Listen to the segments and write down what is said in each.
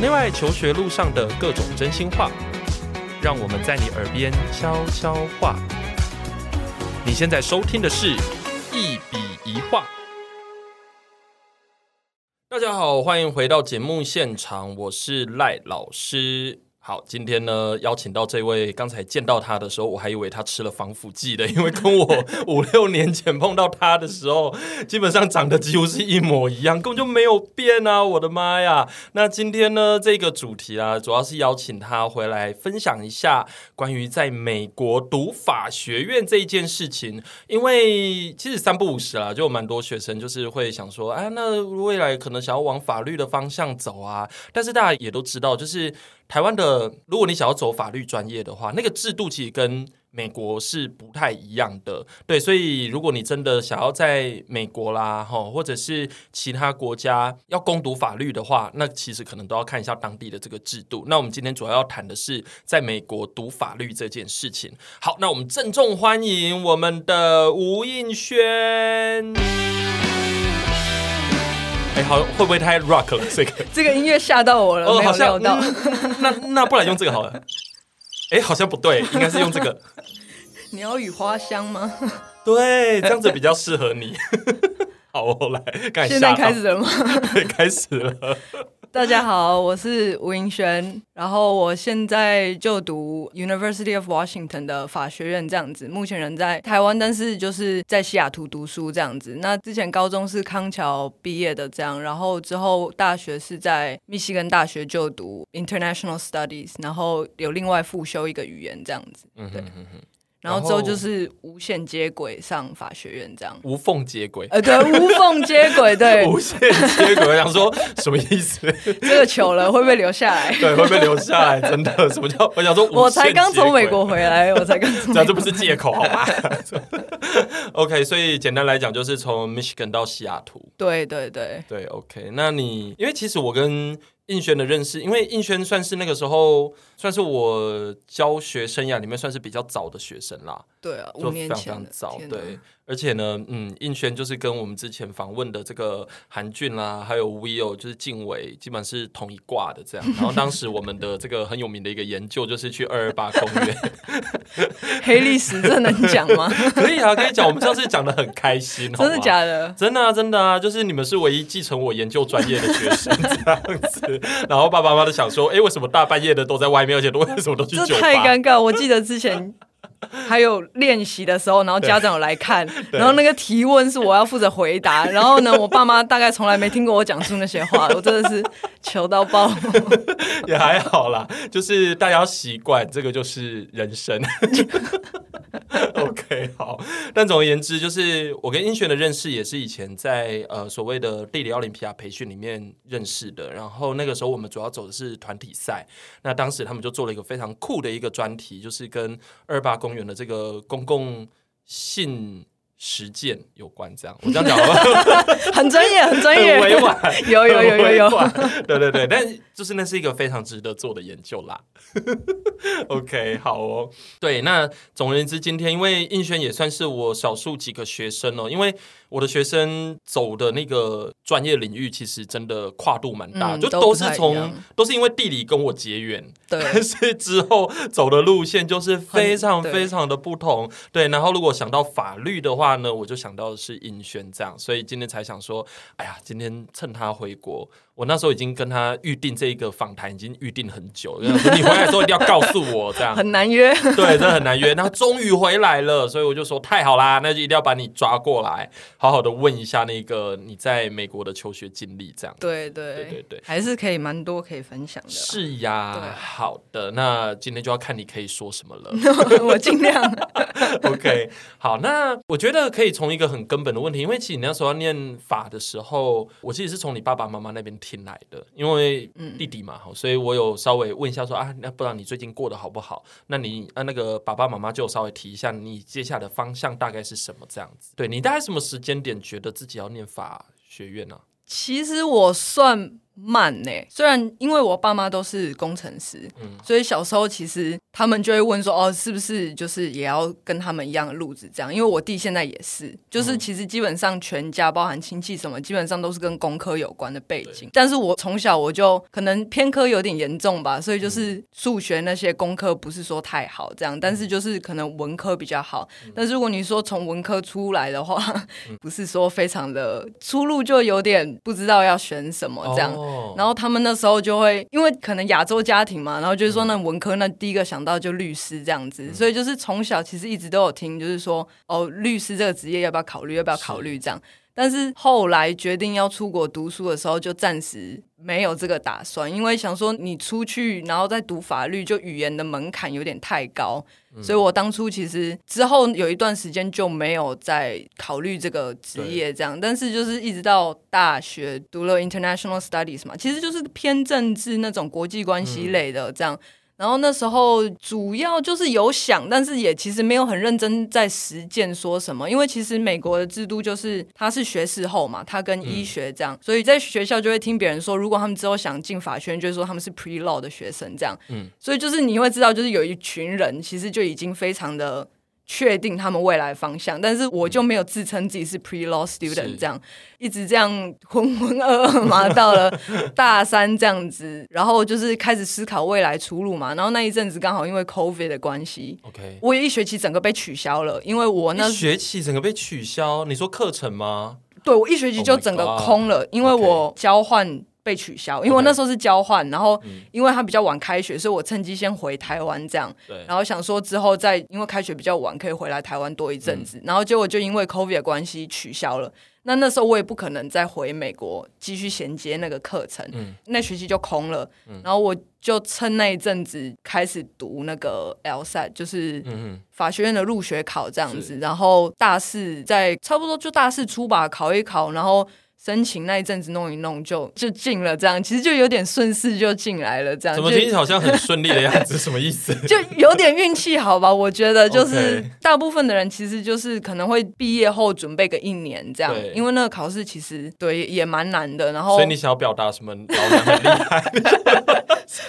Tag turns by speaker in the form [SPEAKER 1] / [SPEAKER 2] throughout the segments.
[SPEAKER 1] 内外求学路上的各种真心话，让我们在你耳边悄悄话。你现在收听的是《一笔一画》。大家好，欢迎回到节目现场，我是赖老师。好，今天呢邀请到这位，刚才见到他的时候，我还以为他吃了防腐剂的，因为跟我五六年前碰到他的时候，基本上长得几乎是一模一样，根本就没有变啊！我的妈呀！那今天呢这个主题啊，主要是邀请他回来分享一下关于在美国读法学院这一件事情，因为其实三不五时啦，就有蛮多学生就是会想说，啊，那未来可能想要往法律的方向走啊。但是大家也都知道，就是台湾的，如果你想要走法律专业的话，那个制度其实跟美国是不太一样的，对，所以如果你真的想要在美国啦，哈，或者是其他国家要攻读法律的话，那其实可能都要看一下当地的这个制度。那我们今天主要要谈的是在美国读法律这件事情。好，那我们郑重欢迎我们的吴映轩。哎，好，会不会太 rock 了？这个，
[SPEAKER 2] 这个音乐吓到我了，
[SPEAKER 1] 哦，
[SPEAKER 2] 没有
[SPEAKER 1] 好像
[SPEAKER 2] 料到。
[SPEAKER 1] 嗯那那不然用这个好了。哎，好像不对，应该是用这个。
[SPEAKER 2] 鸟语花香吗？
[SPEAKER 1] 对，这样子比较适合你。 好、哦，来，刚才
[SPEAKER 2] 现
[SPEAKER 1] 吓
[SPEAKER 2] 在
[SPEAKER 1] 到
[SPEAKER 2] 开始，了吗？
[SPEAKER 1] 对，开始了。
[SPEAKER 2] 大家好，我是吴英轩，然后我现在就读 University of Washington 的法学院这样子，目前人在台湾，但是就是在西雅图读书这样子。那之前高中是康桥毕业的这样，然后之后大学是在密西根大学就读 International Studies，然后有另外复修一个语言这样子，
[SPEAKER 1] 嗯哼哼哼，
[SPEAKER 2] 然后
[SPEAKER 1] 然后
[SPEAKER 2] 之后就是无限接轨上法学院这样。
[SPEAKER 1] 无缝接 轨，
[SPEAKER 2] 呃，对，无缝接轨，对，
[SPEAKER 1] 无限接轨，我想说什么意思？
[SPEAKER 2] 这个糗了会不会留下来？
[SPEAKER 1] 对，会被留下来，真的？什么叫？我想说，
[SPEAKER 2] 我才刚从美国。回来，我才刚
[SPEAKER 1] 这
[SPEAKER 2] 从美
[SPEAKER 1] 这
[SPEAKER 2] 国
[SPEAKER 1] 不是借口好 吧？OK，所以简单来讲，就是从 Michigan 到西雅图，
[SPEAKER 2] 对对对，
[SPEAKER 1] 对，OK，那你因为其实我跟应轩的认识，因为应轩算是那个时候算是我教学生涯里面算是比较早的学生啦，
[SPEAKER 2] 对啊，
[SPEAKER 1] 就非
[SPEAKER 2] 五年
[SPEAKER 1] 常非
[SPEAKER 2] 前
[SPEAKER 1] 常
[SPEAKER 2] 的
[SPEAKER 1] 早，
[SPEAKER 2] 天哪
[SPEAKER 1] 对。而且呢，嗯，应轩就是跟我们之前访问的这个韩俊啦，还有 Will，就是静伟，基本上是同一挂的这样。然后当时我们的这个很有名的一个研究就是去二二八公园，
[SPEAKER 2] 黑历史这能讲吗？
[SPEAKER 1] 可以啊，可以讲。我们上次讲的很开心，好
[SPEAKER 2] 真的
[SPEAKER 1] 吗
[SPEAKER 2] 假的？
[SPEAKER 1] 真的啊，真的啊，就是你们是唯一继承我研究专业的学生这样子，然后爸爸妈妈都想说，哎、为什么大半夜的都在外面，而且都为什么都去
[SPEAKER 2] 这
[SPEAKER 1] 酒
[SPEAKER 2] 太
[SPEAKER 1] 吧？
[SPEAKER 2] 尴尬！我记得之前还有练习的时候，然后家长有来看，然后那个提问是我要负责回答，然后呢，我爸妈大概从来没听过我讲出那些话，我真的是糗到爆。
[SPEAKER 1] 也还好啦，就是大家要习惯，这个就是人生。OK，好。但总而言之，就是我跟英璇的认识也是以前在呃所谓的地理奥林匹亚培训里面认识的。然后那个时候我们主要走的是团体赛，那当时他们就做了一个非常酷的一个专题，就是跟二八公园的这个公共性实践有关。这样，我这样讲好不好？
[SPEAKER 2] 很专业，很专业，
[SPEAKER 1] 很委婉，
[SPEAKER 2] 有有有有
[SPEAKER 1] 很
[SPEAKER 2] 有
[SPEAKER 1] 委婉 对对对，但就是那是一个非常值得做的研究啦。OK，好哦，对，那总而言之，今天因为应轩也算是我少数几个学生哦，因为我的学生走的那个专业领域其实真的跨度蛮大，
[SPEAKER 2] 嗯
[SPEAKER 1] 就
[SPEAKER 2] 都
[SPEAKER 1] 都
[SPEAKER 2] 不
[SPEAKER 1] 是
[SPEAKER 2] 太一
[SPEAKER 1] 从
[SPEAKER 2] 样
[SPEAKER 1] 都是因为地理跟我结缘，
[SPEAKER 2] 对。
[SPEAKER 1] 但是之后走的路线就是非常
[SPEAKER 2] 很对
[SPEAKER 1] 非常的不同。对，然后如果想到法律的话呢，我就想到的是尹轩这样，所以今天才想说，哎呀，今天趁他回国，我那时候已经跟他预定这一个访谈，已经预定很久了，我说你回来之后一定要告诉我这样。
[SPEAKER 2] 很难约，
[SPEAKER 1] 对，真的很难约。然后终于回来了，所以我就说太好啦，那就一定要把你抓过来，好好的问一下那个你在美国的求学经历这样。
[SPEAKER 2] 对
[SPEAKER 1] 对
[SPEAKER 2] 对
[SPEAKER 1] 对对
[SPEAKER 2] 还是可以蛮多可以分享的啦。
[SPEAKER 1] 是呀
[SPEAKER 2] 对，
[SPEAKER 1] 好的，那今天就要看你可以说什么了。
[SPEAKER 2] 我尽量。
[SPEAKER 1] OK，好，那我觉得可以从一个很根本的问题，因为其实你那时候要念法的时候，我其实是从你爸爸妈妈那边听来的，因为
[SPEAKER 2] 嗯
[SPEAKER 1] 弟弟嘛，所以我有稍微问一下说啊，那不知道你最近过得好不好？那你啊那个爸爸妈妈就有稍微提一下你接下来的方向大概是什么这样子。啊对你大概什么时间点觉得自己要念法学院呢、
[SPEAKER 2] 其实我算慢呢、虽然因为我爸妈都是工程师，所以小时候其实他们就会问说，哦，是不是就是也要跟他们一样的路子这样？因为我弟现在也是，就是其实基本上全家包含亲戚什么，基本上都是跟工科有关的背景。但是我从小我就可能偏科有点严重吧，所以就是数学那些工科不是说太好这样，但是就是可能文科比较好。但是如果你说从文科出来的话， 不是说非常的出路，就有点不知道要选什么这样。
[SPEAKER 1] 哦
[SPEAKER 2] 然后他们那时候就会，因为可能亚洲家庭嘛，然后就是说那文科那第一个想到就律师这样子，所以就是从小其实一直都有听，就是说哦，律师这个职业要不要考虑，要不要考虑这样。但是后来决定要出国读书的时候，就暂时没有这个打算，因为想说你出去然后再读法律，就语言的门槛有点太高，所以我当初其实之后有一段时间就没有再考虑这个职业这样，但是就是一直到大学读了 international studies 嘛，其实就是偏政治那种国际关系类的这样。然后那时候主要就是有想，但是也其实没有很认真在实践说什么，因为其实美国的制度就是它是学士后嘛，它跟
[SPEAKER 1] 嗯
[SPEAKER 2] 医学这样，所以在学校就会听别人说，如果他们之后想进法学院，就会说他们是 pre law 的学生这样，
[SPEAKER 1] 嗯
[SPEAKER 2] 所以就是你会知道，就是有一群人其实就已经非常的。确定他们未来方向，但是我就没有自称自己是 pre law
[SPEAKER 1] 嗯是
[SPEAKER 2] student 这样，一直这样 浑浑噩噩嘛，到了大三这样子，然后就是开始思考未来出路嘛。然后那一阵子刚好因为 COVID 的关系，
[SPEAKER 1] ，OK。
[SPEAKER 2] 我有一学期整个被取消了，因为我那
[SPEAKER 1] 那学期整个被取消，你说课程吗？
[SPEAKER 2] 对我一学期
[SPEAKER 1] Oh
[SPEAKER 2] 就
[SPEAKER 1] my
[SPEAKER 2] 整个
[SPEAKER 1] God
[SPEAKER 2] 空了，因为我交换被取消，因为我
[SPEAKER 1] OK 嗯
[SPEAKER 2] 那时候是交换，然后因为他比较晚开学，所以我趁机先回台湾这样。
[SPEAKER 1] 对，
[SPEAKER 2] 然后想说之后再，因为开学比较晚，可以回来台湾多一阵
[SPEAKER 1] 嗯
[SPEAKER 2] 子。然后结果就因为 COVID 的关系取消了。那那时候我也不可能再回美国继续衔接那个课程，
[SPEAKER 1] 嗯
[SPEAKER 2] 那学期就空了。然后我就趁那一阵子开始读那个 LSAT，就是
[SPEAKER 1] 嗯
[SPEAKER 2] 法学院的入学考这样
[SPEAKER 1] 是
[SPEAKER 2] 子，然后大四在差不多就大四初吧，考一考，然后申请那一阵子弄一弄就就进了，这样其实就有点顺势就进来了，这
[SPEAKER 1] 嗯，
[SPEAKER 2] 样
[SPEAKER 1] 怎么
[SPEAKER 2] 就
[SPEAKER 1] 听起来好像很顺利的样子？什么意 思？
[SPEAKER 2] 就有点运气好吧？我觉得就是
[SPEAKER 1] OK
[SPEAKER 2] 大部分的人其实就是可能会毕业后准备个一年这样
[SPEAKER 1] 对，
[SPEAKER 2] 因为那个考试其实对也也蛮难的，然后
[SPEAKER 1] 所以你想要表达什么？老娘很厉 害，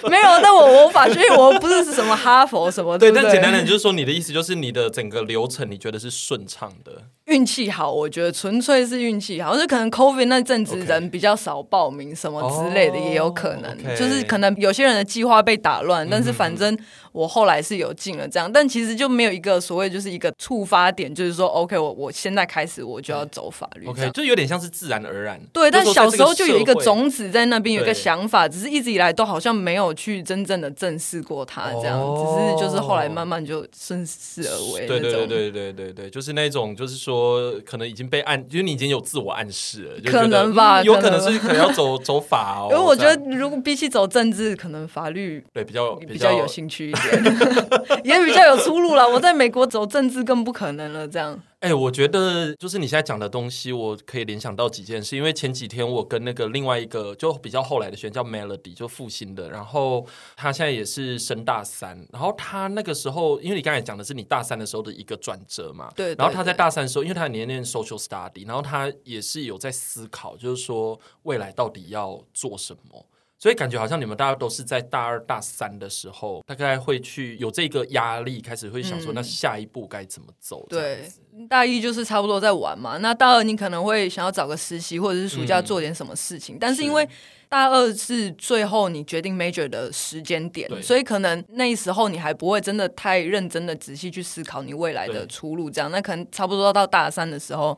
[SPEAKER 2] 没有，但我我法学院我不是什么哈佛什么，
[SPEAKER 1] 对，
[SPEAKER 2] 对不
[SPEAKER 1] 但
[SPEAKER 2] 对
[SPEAKER 1] 简单点就是说，你的意思就是你的整个流程你觉得是顺畅的，
[SPEAKER 2] 运气好，我觉得纯粹是运气好，就可能 COVID 那阵子
[SPEAKER 1] OK
[SPEAKER 2] 人比较少报名什么之类的，
[SPEAKER 1] 哦
[SPEAKER 2] 也有可能
[SPEAKER 1] OK 嗯
[SPEAKER 2] 就是可能有些人的计划被打乱，但是反正我后来是有进了这样，但其实就没有一个所谓就是一个触发点，就是说 OK，我我现在开始我就要走法律这
[SPEAKER 1] OK，
[SPEAKER 2] 样。
[SPEAKER 1] 就有点像是自然而然。
[SPEAKER 2] 对，但
[SPEAKER 1] 就
[SPEAKER 2] 小
[SPEAKER 1] 说在这
[SPEAKER 2] 时候就有一个
[SPEAKER 1] 社会
[SPEAKER 2] 种子在那边，有一个
[SPEAKER 1] 对
[SPEAKER 2] 想法，只是一直以来都好像没有去真正的正视过它，这样，
[SPEAKER 1] 哦
[SPEAKER 2] 只是就是后来慢慢就顺势而为
[SPEAKER 1] 对
[SPEAKER 2] 那
[SPEAKER 1] 对
[SPEAKER 2] 种
[SPEAKER 1] 对。对对对对，就是那种，就是说，可能已经被暗，就是你已经有自我暗示了，就觉得
[SPEAKER 2] 可能吧
[SPEAKER 1] 嗯有
[SPEAKER 2] 可
[SPEAKER 1] 可能
[SPEAKER 2] 能
[SPEAKER 1] 是可能要走走法哦。
[SPEAKER 2] 因为我觉得
[SPEAKER 1] 这样，
[SPEAKER 2] 如果比起走政治，可能法律
[SPEAKER 1] 对比较
[SPEAKER 2] 比较有兴趣一点， 也比较有出路啦。我在美国走政治更不可能了，这样
[SPEAKER 1] 哎、我觉得就是你现在讲的东西，我可以联想到几件事，因为前几天我跟那个另外一个就比较后来的学员叫 Melody，就复兴的，然后他现在也是升大三，然后他那个时候，因为你刚才讲的是你大三的时候的一个转折嘛，
[SPEAKER 2] 对对
[SPEAKER 1] 然后他在
[SPEAKER 2] 对
[SPEAKER 1] 大三的时候，因为他年念 social study，然后他也是有在思考，就是说未来到底要做什么。所以感觉好像你们大家都是在大二、大三的时候，大概会去有这个压力，开始会想说，
[SPEAKER 2] 嗯
[SPEAKER 1] 那下一步该怎么走？ 这样
[SPEAKER 2] 对
[SPEAKER 1] 子。
[SPEAKER 2] 大一就是差不多在玩嘛，那大二你可能会想要找个实习，或者是暑
[SPEAKER 1] 嗯
[SPEAKER 2] 假做点什么事情，但是因为大二是最后你决定 major 的时间点
[SPEAKER 1] 对，
[SPEAKER 2] 所以可能那时候你还不会真的太认真的仔细去思考你未来
[SPEAKER 1] 对嗯
[SPEAKER 2] 的出路，这样那可能差不多到大三的时候，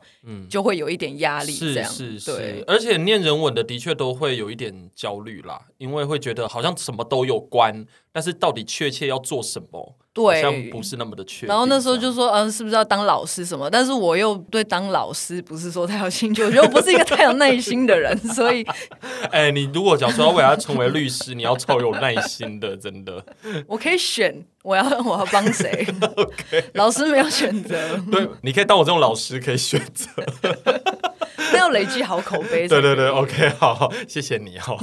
[SPEAKER 2] 就会有一点压力，这
[SPEAKER 1] 是
[SPEAKER 2] 样
[SPEAKER 1] 是
[SPEAKER 2] 对
[SPEAKER 1] 是，。而且念人文的的确都会有一点焦虑啦，因为会觉得好像什么都有关，但是到底确切要做什么，好
[SPEAKER 2] 对
[SPEAKER 1] 像不是那么的确定这样。啊
[SPEAKER 2] 然后那时候就说，嗯、是不是要当老师什么？但是我又对当老师不是说太有兴趣，我觉得我不是一个太有耐心的人，所以
[SPEAKER 1] 哎、你如果讲说要未来要成为律师，你要超有耐心的，真的。
[SPEAKER 2] 我可以选我要我要帮 谁。 老师没有选择，
[SPEAKER 1] 对，你可以当我这种老师可以选择。
[SPEAKER 2] 那要累积好口碑。
[SPEAKER 1] 对对对，OK，好好， 谢谢你哦。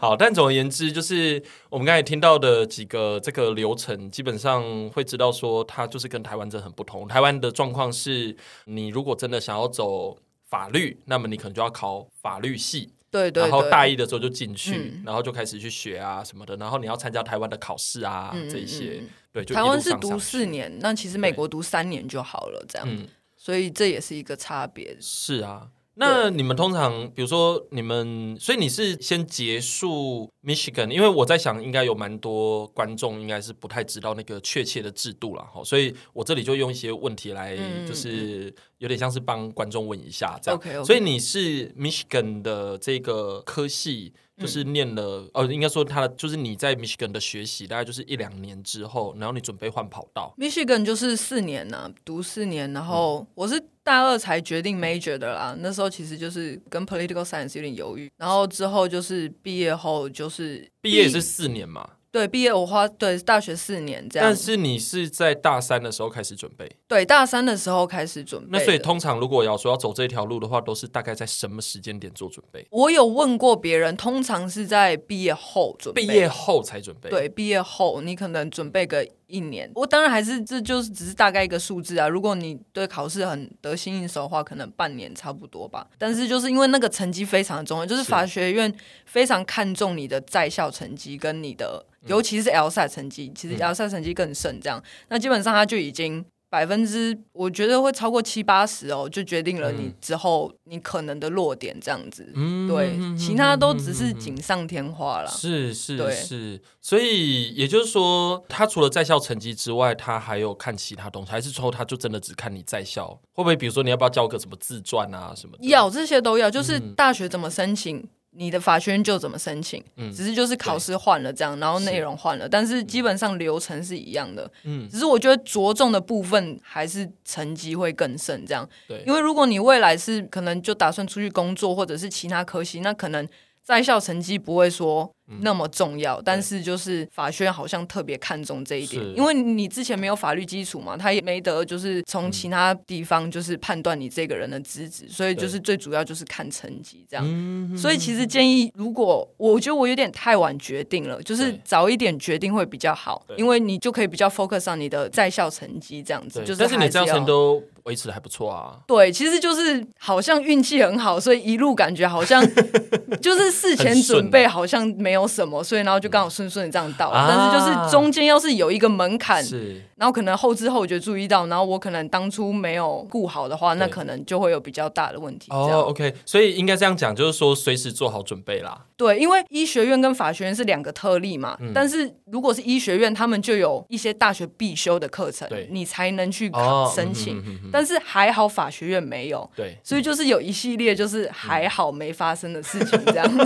[SPEAKER 1] 好，但总而言之，就是我们刚才听到的几个这个流程，基本上会知道说，它就是跟台湾真的很不同。台湾的状况是，你如果真的想要走法律，那么你可能就要考法律系。
[SPEAKER 2] 对对
[SPEAKER 1] 然后
[SPEAKER 2] 对
[SPEAKER 1] 大一的时候就进去，
[SPEAKER 2] 嗯
[SPEAKER 1] 然后就开始去学啊什么的，然后你要参加台湾的考试啊、
[SPEAKER 2] 嗯嗯
[SPEAKER 1] 这一些，
[SPEAKER 2] 嗯
[SPEAKER 1] 对，就一
[SPEAKER 2] 台
[SPEAKER 1] 路
[SPEAKER 2] 湾是
[SPEAKER 1] 上
[SPEAKER 2] 读
[SPEAKER 1] 上
[SPEAKER 2] 四
[SPEAKER 1] 去，
[SPEAKER 2] 年，那其实美国读三年就好了，这样，
[SPEAKER 1] 嗯，
[SPEAKER 2] 所以这也是一个差别。
[SPEAKER 1] 是啊。那你们通常，比如说你们，所以你是先结束 Michigan，因为我在想，应该有蛮多观众应该是不太知道那个确切的制度了哈，所以我这里就用一些问题来，
[SPEAKER 2] 嗯
[SPEAKER 1] 就是有点像是帮观众问一下这样。
[SPEAKER 2] OK，OK
[SPEAKER 1] 所以你是 Michigan 的这个科系，
[SPEAKER 2] 嗯
[SPEAKER 1] 就是念了、哦，应该说他的就是你在 Michigan 的学习大概就是一两年之后，然后你准备换跑道。
[SPEAKER 2] Michigan 就是四年呐、读四年，然
[SPEAKER 1] 嗯
[SPEAKER 2] 后我是大二才决定 major 的啦。那时候其实就是跟 political science 有点犹豫，然后之后就是毕业后就是
[SPEAKER 1] 毕业也是四年嘛，
[SPEAKER 2] 对毕业我花对大学四年嗯这样
[SPEAKER 1] 但，是你是在大三的时候开始准备。
[SPEAKER 2] 对大三的时候开始准备的。
[SPEAKER 1] 那所以通常如果要说要走这条路的话，都是大概在什么时间点做准备？
[SPEAKER 2] 我有问过别人，通常是在毕业后准备。
[SPEAKER 1] 毕业后才准备。，
[SPEAKER 2] 对，毕业后你可能准备个一年。我当然还是这就是只是大概一个数字啊。如果你对考试很得心应手的话，可能半年差不多吧。但是就是因为那个成绩非常重要，就是
[SPEAKER 1] 是
[SPEAKER 2] 法学院非常看重你的在校成绩跟你的，尤其是 LSAT 成绩，其实
[SPEAKER 1] 嗯
[SPEAKER 2] LSAT 成绩更甚这样。那基本上他就已经。百分之我觉得会超过七八十哦，就决定了你
[SPEAKER 1] 嗯
[SPEAKER 2] 之后你可能的落点这样子。
[SPEAKER 1] 嗯
[SPEAKER 2] 对，其他都只是
[SPEAKER 1] 嗯嗯嗯
[SPEAKER 2] 锦上添花啦。
[SPEAKER 1] 是是
[SPEAKER 2] 对
[SPEAKER 1] 是，所以也就是说，他除了在校成绩之外，他还有看其他东西，还是说他就真的只看你在校？会不会比如说你要不要交个什么自传啊什么的？
[SPEAKER 2] 要这些都要，就是
[SPEAKER 1] 嗯
[SPEAKER 2] 大学怎么申请，你的法学院就怎么申请，
[SPEAKER 1] 嗯
[SPEAKER 2] 只是就是考试换了这样，然后
[SPEAKER 1] 是
[SPEAKER 2] 内容换了，但是基本上流程是一样的。
[SPEAKER 1] 嗯，
[SPEAKER 2] 只是我觉得着重的部分还是成绩会更胜这样，
[SPEAKER 1] 对
[SPEAKER 2] 因，为如果你未来是可能就打算出去工作或者是其他科系，那可能。在校成绩不会说
[SPEAKER 1] 嗯
[SPEAKER 2] 那么重要，但是就是法学院好像特别看重这一点
[SPEAKER 1] 是，
[SPEAKER 2] 因为你之前没有法律基础嘛，他也没得就是从
[SPEAKER 1] 嗯
[SPEAKER 2] 其他地方就是判断你这个人的资质，所以就是最主要就是看成绩这样。
[SPEAKER 1] 嗯
[SPEAKER 2] 所以其实建议，如果我觉得我有点太晚决定了，就是
[SPEAKER 1] 对
[SPEAKER 2] 早一点决定会比较好
[SPEAKER 1] 对，
[SPEAKER 2] 因为你就可以比较 focus on 你的在校成绩这样子。
[SPEAKER 1] 对，
[SPEAKER 2] 就是
[SPEAKER 1] 但是你
[SPEAKER 2] 还
[SPEAKER 1] 这样
[SPEAKER 2] 要
[SPEAKER 1] 程都维持的还不错啊。
[SPEAKER 2] 对，其实就是好像运气很好，所以一路感 觉好像就是事前
[SPEAKER 1] 很顺
[SPEAKER 2] 准备好像没有什么，所以然后就刚好顺顺地这样到。
[SPEAKER 1] 啊
[SPEAKER 2] 但是就是中间要是有一个门槛，
[SPEAKER 1] 是，
[SPEAKER 2] 然后可能后知后觉注意到，然后我可能当初没有顾好的话，那可能就会有比较大的问题。这样
[SPEAKER 1] 哦、o k 所以应该这样讲，就是说随时做好准备啦。
[SPEAKER 2] 对，因为医学院跟法学院是两个特例嘛，
[SPEAKER 1] 嗯
[SPEAKER 2] 但是如果是医学院，他们就有一些大学必修的课程
[SPEAKER 1] 对，
[SPEAKER 2] 你才能去
[SPEAKER 1] 哦
[SPEAKER 2] 考，申
[SPEAKER 1] 嗯
[SPEAKER 2] 请。
[SPEAKER 1] 嗯嗯嗯嗯
[SPEAKER 2] 但是还好法学院没有，
[SPEAKER 1] 对，
[SPEAKER 2] 所以就是有一系列就是还好没发生的事情，这样，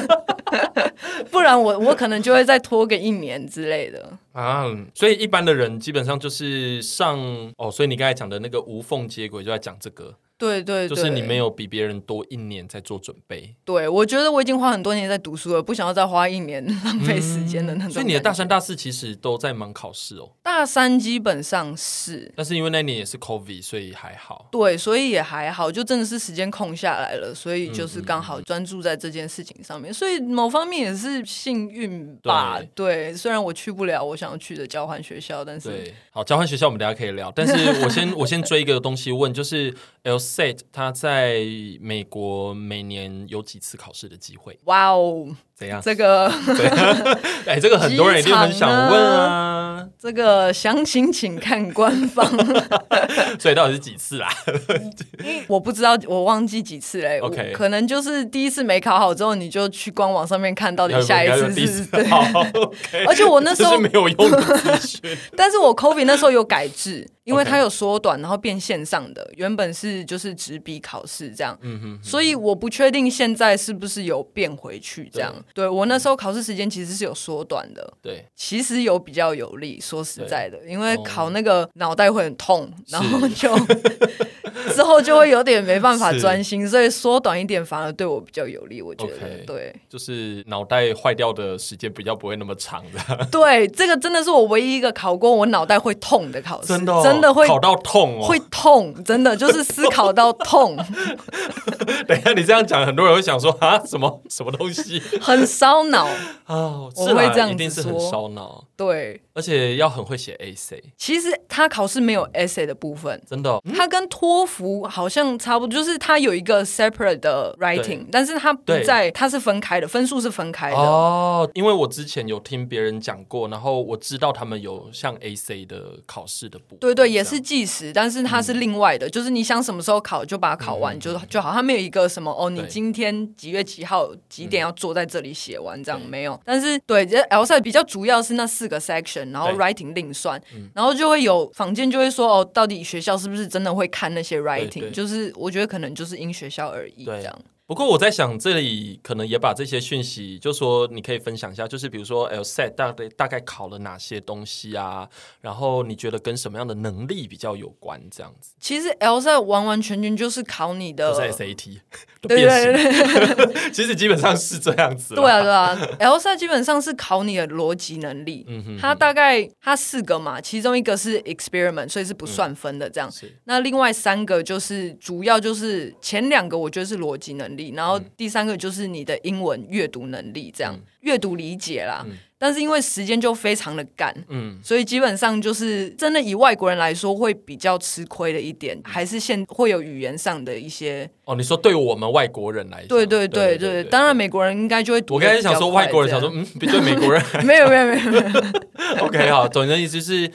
[SPEAKER 2] 不然我我可能就会再拖个一年之类的。
[SPEAKER 1] 啊，所以一般的人基本上就是上哦，所以你刚才讲的那个无缝接轨就在讲这个，
[SPEAKER 2] 对对
[SPEAKER 1] 就
[SPEAKER 2] 对，
[SPEAKER 1] 是你没有比别人多一年在做准备，
[SPEAKER 2] 对，我觉得我已经花很多年在读书了，不想要再花一年浪费时间的那种感觉、
[SPEAKER 1] 所以你的大三、大四其实都在忙考试哦。
[SPEAKER 2] 大三基本上是
[SPEAKER 1] 但是因为那年也是 COVID，所以还好。
[SPEAKER 2] 对，所以也还好，就真的是时间空下来了，所以就是刚好专注在这件事情上面，所以某方面也是幸运吧。对，虽然我去不了我想要去的交换学校，但是
[SPEAKER 1] 对，好，交换学校我们等一下可以聊，但是我先 我先追一个东西问，就是 LSAT 它在美国每年有几次考试的机会？
[SPEAKER 2] 哇哦，
[SPEAKER 1] 怎样？
[SPEAKER 2] 这个。
[SPEAKER 1] 哎、这个很多人一定很想问啊，
[SPEAKER 2] 这个详情请看官方，
[SPEAKER 1] 所以到底是几次啊？
[SPEAKER 2] 我不知道，我忘记几次嘞。我
[SPEAKER 1] OK
[SPEAKER 2] 可能就是第一次没考好之后，你就去官网上面看到底下一次是。
[SPEAKER 1] 第
[SPEAKER 2] 对，
[SPEAKER 1] 好，OK。
[SPEAKER 2] 而且我那时
[SPEAKER 1] 这
[SPEAKER 2] 候
[SPEAKER 1] 是，没有用的资讯。
[SPEAKER 2] 但是我 COVID 那时候有改制，因为
[SPEAKER 1] OK
[SPEAKER 2] 它有缩短，然后变线上的，原本是就是纸笔考试这样。
[SPEAKER 1] 嗯哼，
[SPEAKER 2] 所以我不确定现在是不是有变回去这样。对我那时候考试时间其实是有缩短的，
[SPEAKER 1] 对，
[SPEAKER 2] 其实有比较有利，说实在的，因为
[SPEAKER 1] 哦
[SPEAKER 2] 考那个脑袋会很痛，然后就 之后就会有点没办法专心，所以缩短一点反而对我比较有利，我觉得
[SPEAKER 1] OK
[SPEAKER 2] 对
[SPEAKER 1] 就是脑袋坏掉的时间比较不会那么长 的，
[SPEAKER 2] 对，这个真的是我唯一一个考过我脑袋会痛的考试，
[SPEAKER 1] 哦
[SPEAKER 2] 真的会
[SPEAKER 1] 考到痛哦。
[SPEAKER 2] 会痛，真的就是思考到痛，
[SPEAKER 1] 等一下你这样讲，很多人会想说啊，什么什么东 西
[SPEAKER 2] 很烧脑，
[SPEAKER 1] 哦，
[SPEAKER 2] 我
[SPEAKER 1] 是啦
[SPEAKER 2] 会这样子
[SPEAKER 1] 一定是很
[SPEAKER 2] 说
[SPEAKER 1] 烧脑，
[SPEAKER 2] 对。
[SPEAKER 1] 而且要很会写 A C，
[SPEAKER 2] 其实他考试没有 essay 的部分，
[SPEAKER 1] 真的哦、
[SPEAKER 2] 它跟托幅好像差不多，就是它有一个 separate 的 writing，但是它不
[SPEAKER 1] 对
[SPEAKER 2] 在，它是分开的，分数是分开的。
[SPEAKER 1] 哦，因为我之前有听别人讲过，然后我知道他们有像 AC 的考试的部分，
[SPEAKER 2] 对
[SPEAKER 1] 这
[SPEAKER 2] 对，也
[SPEAKER 1] 样
[SPEAKER 2] 是计时，但是它是另外的，
[SPEAKER 1] 嗯
[SPEAKER 2] 就是你想什么时候考就把它考完就、就好，它没有一个什么哦，你
[SPEAKER 1] 对
[SPEAKER 2] 今天几月几号几点要坐在这里写完这样
[SPEAKER 1] 嗯
[SPEAKER 2] 没有。但是对，这 L 赛比较主要是那四个 section，然后
[SPEAKER 1] 对嗯
[SPEAKER 2] writing 另算，然后就会有坊间就会说哦，到底学校是不是真的会看那些 writing？
[SPEAKER 1] 对
[SPEAKER 2] 就是我觉得可能就是因学校而异
[SPEAKER 1] 对
[SPEAKER 2] 这样。
[SPEAKER 1] 不过我在想，这里可能也把这些讯息，就说你可以分享一下，就是比如说 LSAT 大概大概考了哪些东西啊，然后你觉得跟什么样的能力比较有关，这样子，
[SPEAKER 2] 其实 L 赛完完全全就是考你的
[SPEAKER 1] 就是 SAT 的
[SPEAKER 2] 对
[SPEAKER 1] 变
[SPEAKER 2] 对
[SPEAKER 1] 形，
[SPEAKER 2] 呃对
[SPEAKER 1] 其实基本上是这样子啦。
[SPEAKER 2] 对啊，对啊，L 赛基本上是考你的逻辑能力。
[SPEAKER 1] 嗯哼，
[SPEAKER 2] 它大概它四个嘛，其中一个是 experiment，所以是不算分的这样。
[SPEAKER 1] 是
[SPEAKER 2] 那另外三个就是主要就是前两个我觉得是逻辑能力，
[SPEAKER 1] 嗯
[SPEAKER 2] 然后第三个就是你的英文阅读能力这样、阅读理解啦。但是因为时间就非常的赶，
[SPEAKER 1] 嗯，
[SPEAKER 2] 所以基本上就是真的以外国人来说会比较吃亏的一点，还是现会有语言上的一些。
[SPEAKER 1] 哦，你说对我们外国人来讲，
[SPEAKER 2] 对对对对，当然。美国人应该就会读
[SPEAKER 1] 我
[SPEAKER 2] 得比
[SPEAKER 1] 刚
[SPEAKER 2] 较快
[SPEAKER 1] 才想说外
[SPEAKER 2] 这样。
[SPEAKER 1] 国人，想说嗯，比对美 国人
[SPEAKER 2] 没有没有 没有没有
[SPEAKER 1] OK 好，总的意思是。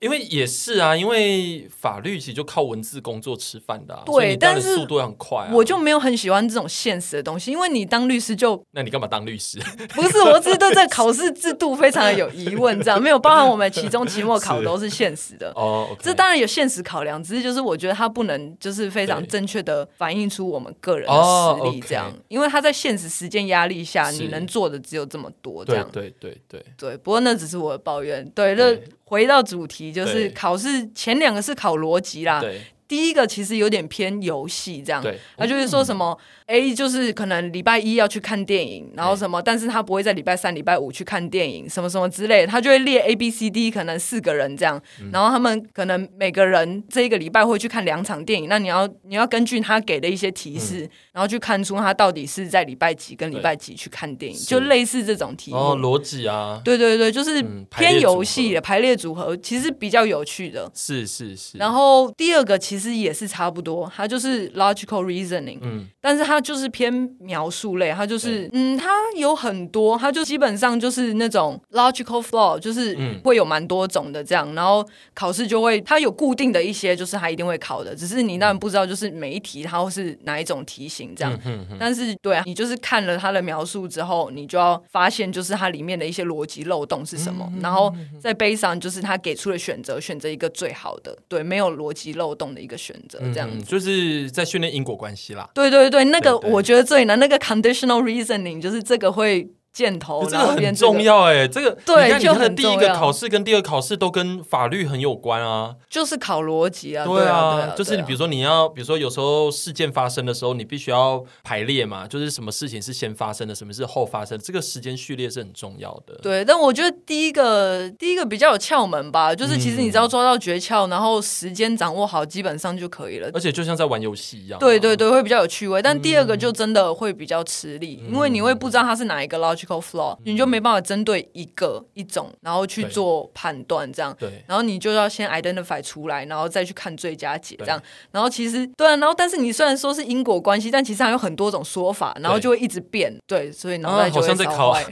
[SPEAKER 1] 因为也是啊，因为法律其实就靠文字工作吃饭的、啊，
[SPEAKER 2] 对
[SPEAKER 1] 所以你当然
[SPEAKER 2] 但是
[SPEAKER 1] 速度要很快、啊。
[SPEAKER 2] 我就没有很喜欢这种现实的东西，因为你当律 师就
[SPEAKER 1] 那你干嘛当律 师？
[SPEAKER 2] 不是，我只是对这个考试制度非常的有疑问，这样没有包含我们期中、期末考都是现实的。
[SPEAKER 1] 哦，OK、o k
[SPEAKER 2] 这当然有现实考量，只是就是我觉得它不能就是非常
[SPEAKER 1] 对
[SPEAKER 2] 正确的反映出我们个人
[SPEAKER 1] 哦
[SPEAKER 2] 的实力，
[SPEAKER 1] ，OK
[SPEAKER 2] 这样，因为它在现实时间压力下，
[SPEAKER 1] 是
[SPEAKER 2] 你能做的只有这么多，这
[SPEAKER 1] 对
[SPEAKER 2] 样
[SPEAKER 1] 对对对，
[SPEAKER 2] 对。不过那只是我的抱怨。对，那
[SPEAKER 1] 对
[SPEAKER 2] 回到主题，就是
[SPEAKER 1] 对
[SPEAKER 2] 考试前两个是考逻辑啦，
[SPEAKER 1] 对
[SPEAKER 2] 第一个其实有点偏游戏这样
[SPEAKER 1] 对，嗯
[SPEAKER 2] 他就是说什么 A 就是可能礼拜一要去看电影，然后什么，但是他不会在礼拜三、礼拜五去看电影，什么什么之类的，他就会列 A、B、C、D 可能四个人这样，
[SPEAKER 1] 嗯
[SPEAKER 2] 然后他们可能每个人这一个礼拜会去看两场电影，那你要你要根据他给的一些提示，
[SPEAKER 1] 嗯
[SPEAKER 2] 然后去看出他到底是在礼拜几跟礼拜几去看电影，
[SPEAKER 1] 是
[SPEAKER 2] 就类似这种题目。
[SPEAKER 1] 哦，逻辑啊，
[SPEAKER 2] 对对对，就是
[SPEAKER 1] 嗯排列
[SPEAKER 2] 偏
[SPEAKER 1] 组
[SPEAKER 2] 游戏的排列组合，其实比较有趣的。
[SPEAKER 1] 是是是，
[SPEAKER 2] 然后第二个其实也是差不多，它就是 logical reasoning，
[SPEAKER 1] 嗯
[SPEAKER 2] 但是它就是偏描述类，它就是嗯，它有很多，它就基本上就是那种 logical flaw，就是
[SPEAKER 1] 嗯
[SPEAKER 2] 会有蛮多种的这样。然后考试就会，它有固定的一些，就是它一定会考的，只是你当然不知道就是每一题它会是哪一种题型这样。
[SPEAKER 1] 嗯嗯，
[SPEAKER 2] 但是，对啊，你就是看了它的描述之后，你就要发现就是它里面的一些逻辑漏洞是什
[SPEAKER 1] 嗯
[SPEAKER 2] 么，然后在悲伤就是他给出了选择，选择一个最好的，对，没有逻辑漏洞的一个选择，这样
[SPEAKER 1] 嗯
[SPEAKER 2] 子。
[SPEAKER 1] 就是在训练因果关系啦。
[SPEAKER 2] 对对对，那个
[SPEAKER 1] 对对
[SPEAKER 2] 我觉得最难，那个 conditional reasoning 就是这个会箭头，
[SPEAKER 1] 这
[SPEAKER 2] 哦然后
[SPEAKER 1] 个
[SPEAKER 2] 变
[SPEAKER 1] 很
[SPEAKER 2] 这个
[SPEAKER 1] 重，要哎、这个
[SPEAKER 2] 对
[SPEAKER 1] 你看你
[SPEAKER 2] 就
[SPEAKER 1] 看的
[SPEAKER 2] 很
[SPEAKER 1] 第
[SPEAKER 2] 重
[SPEAKER 1] 一个
[SPEAKER 2] 要
[SPEAKER 1] 考试跟第二个考试都跟法律很有关啊。
[SPEAKER 2] 就是考逻辑啊，
[SPEAKER 1] 对
[SPEAKER 2] 对啊，对啊
[SPEAKER 1] 就是你比如说你要，比如说有时候事件发生的时候，你必须要排列嘛，就是什么事情是先发生的，什么是后发生的，这个时间序列是很重要的。
[SPEAKER 2] 对，但我觉得第一个第一个比较有窍门吧，就是其实你只
[SPEAKER 1] 嗯
[SPEAKER 2] 要抓到诀窍，然后时间掌握好，基本上就可以了。
[SPEAKER 1] 而且就像在玩游戏一样啊，
[SPEAKER 2] 对对对，会比较有趣味。但第二个
[SPEAKER 1] 嗯
[SPEAKER 2] 就真的会比较吃力，因为你会不知道它是哪一个 logical flaw，、你就没办法针对一个一种，然后去
[SPEAKER 1] 对
[SPEAKER 2] 做判断这样。
[SPEAKER 1] 对
[SPEAKER 2] 然后你就要先 identify 出来，然后再去看最佳解这样。然后其实对啊，然后但是你虽然说是因果关系，但其实还有很多种说法，然后
[SPEAKER 1] 对
[SPEAKER 2] 就会一直变。对，所以脑
[SPEAKER 1] 啊
[SPEAKER 2] 袋就
[SPEAKER 1] 好
[SPEAKER 2] 会
[SPEAKER 1] 像在
[SPEAKER 2] 烧
[SPEAKER 1] 考
[SPEAKER 2] 坏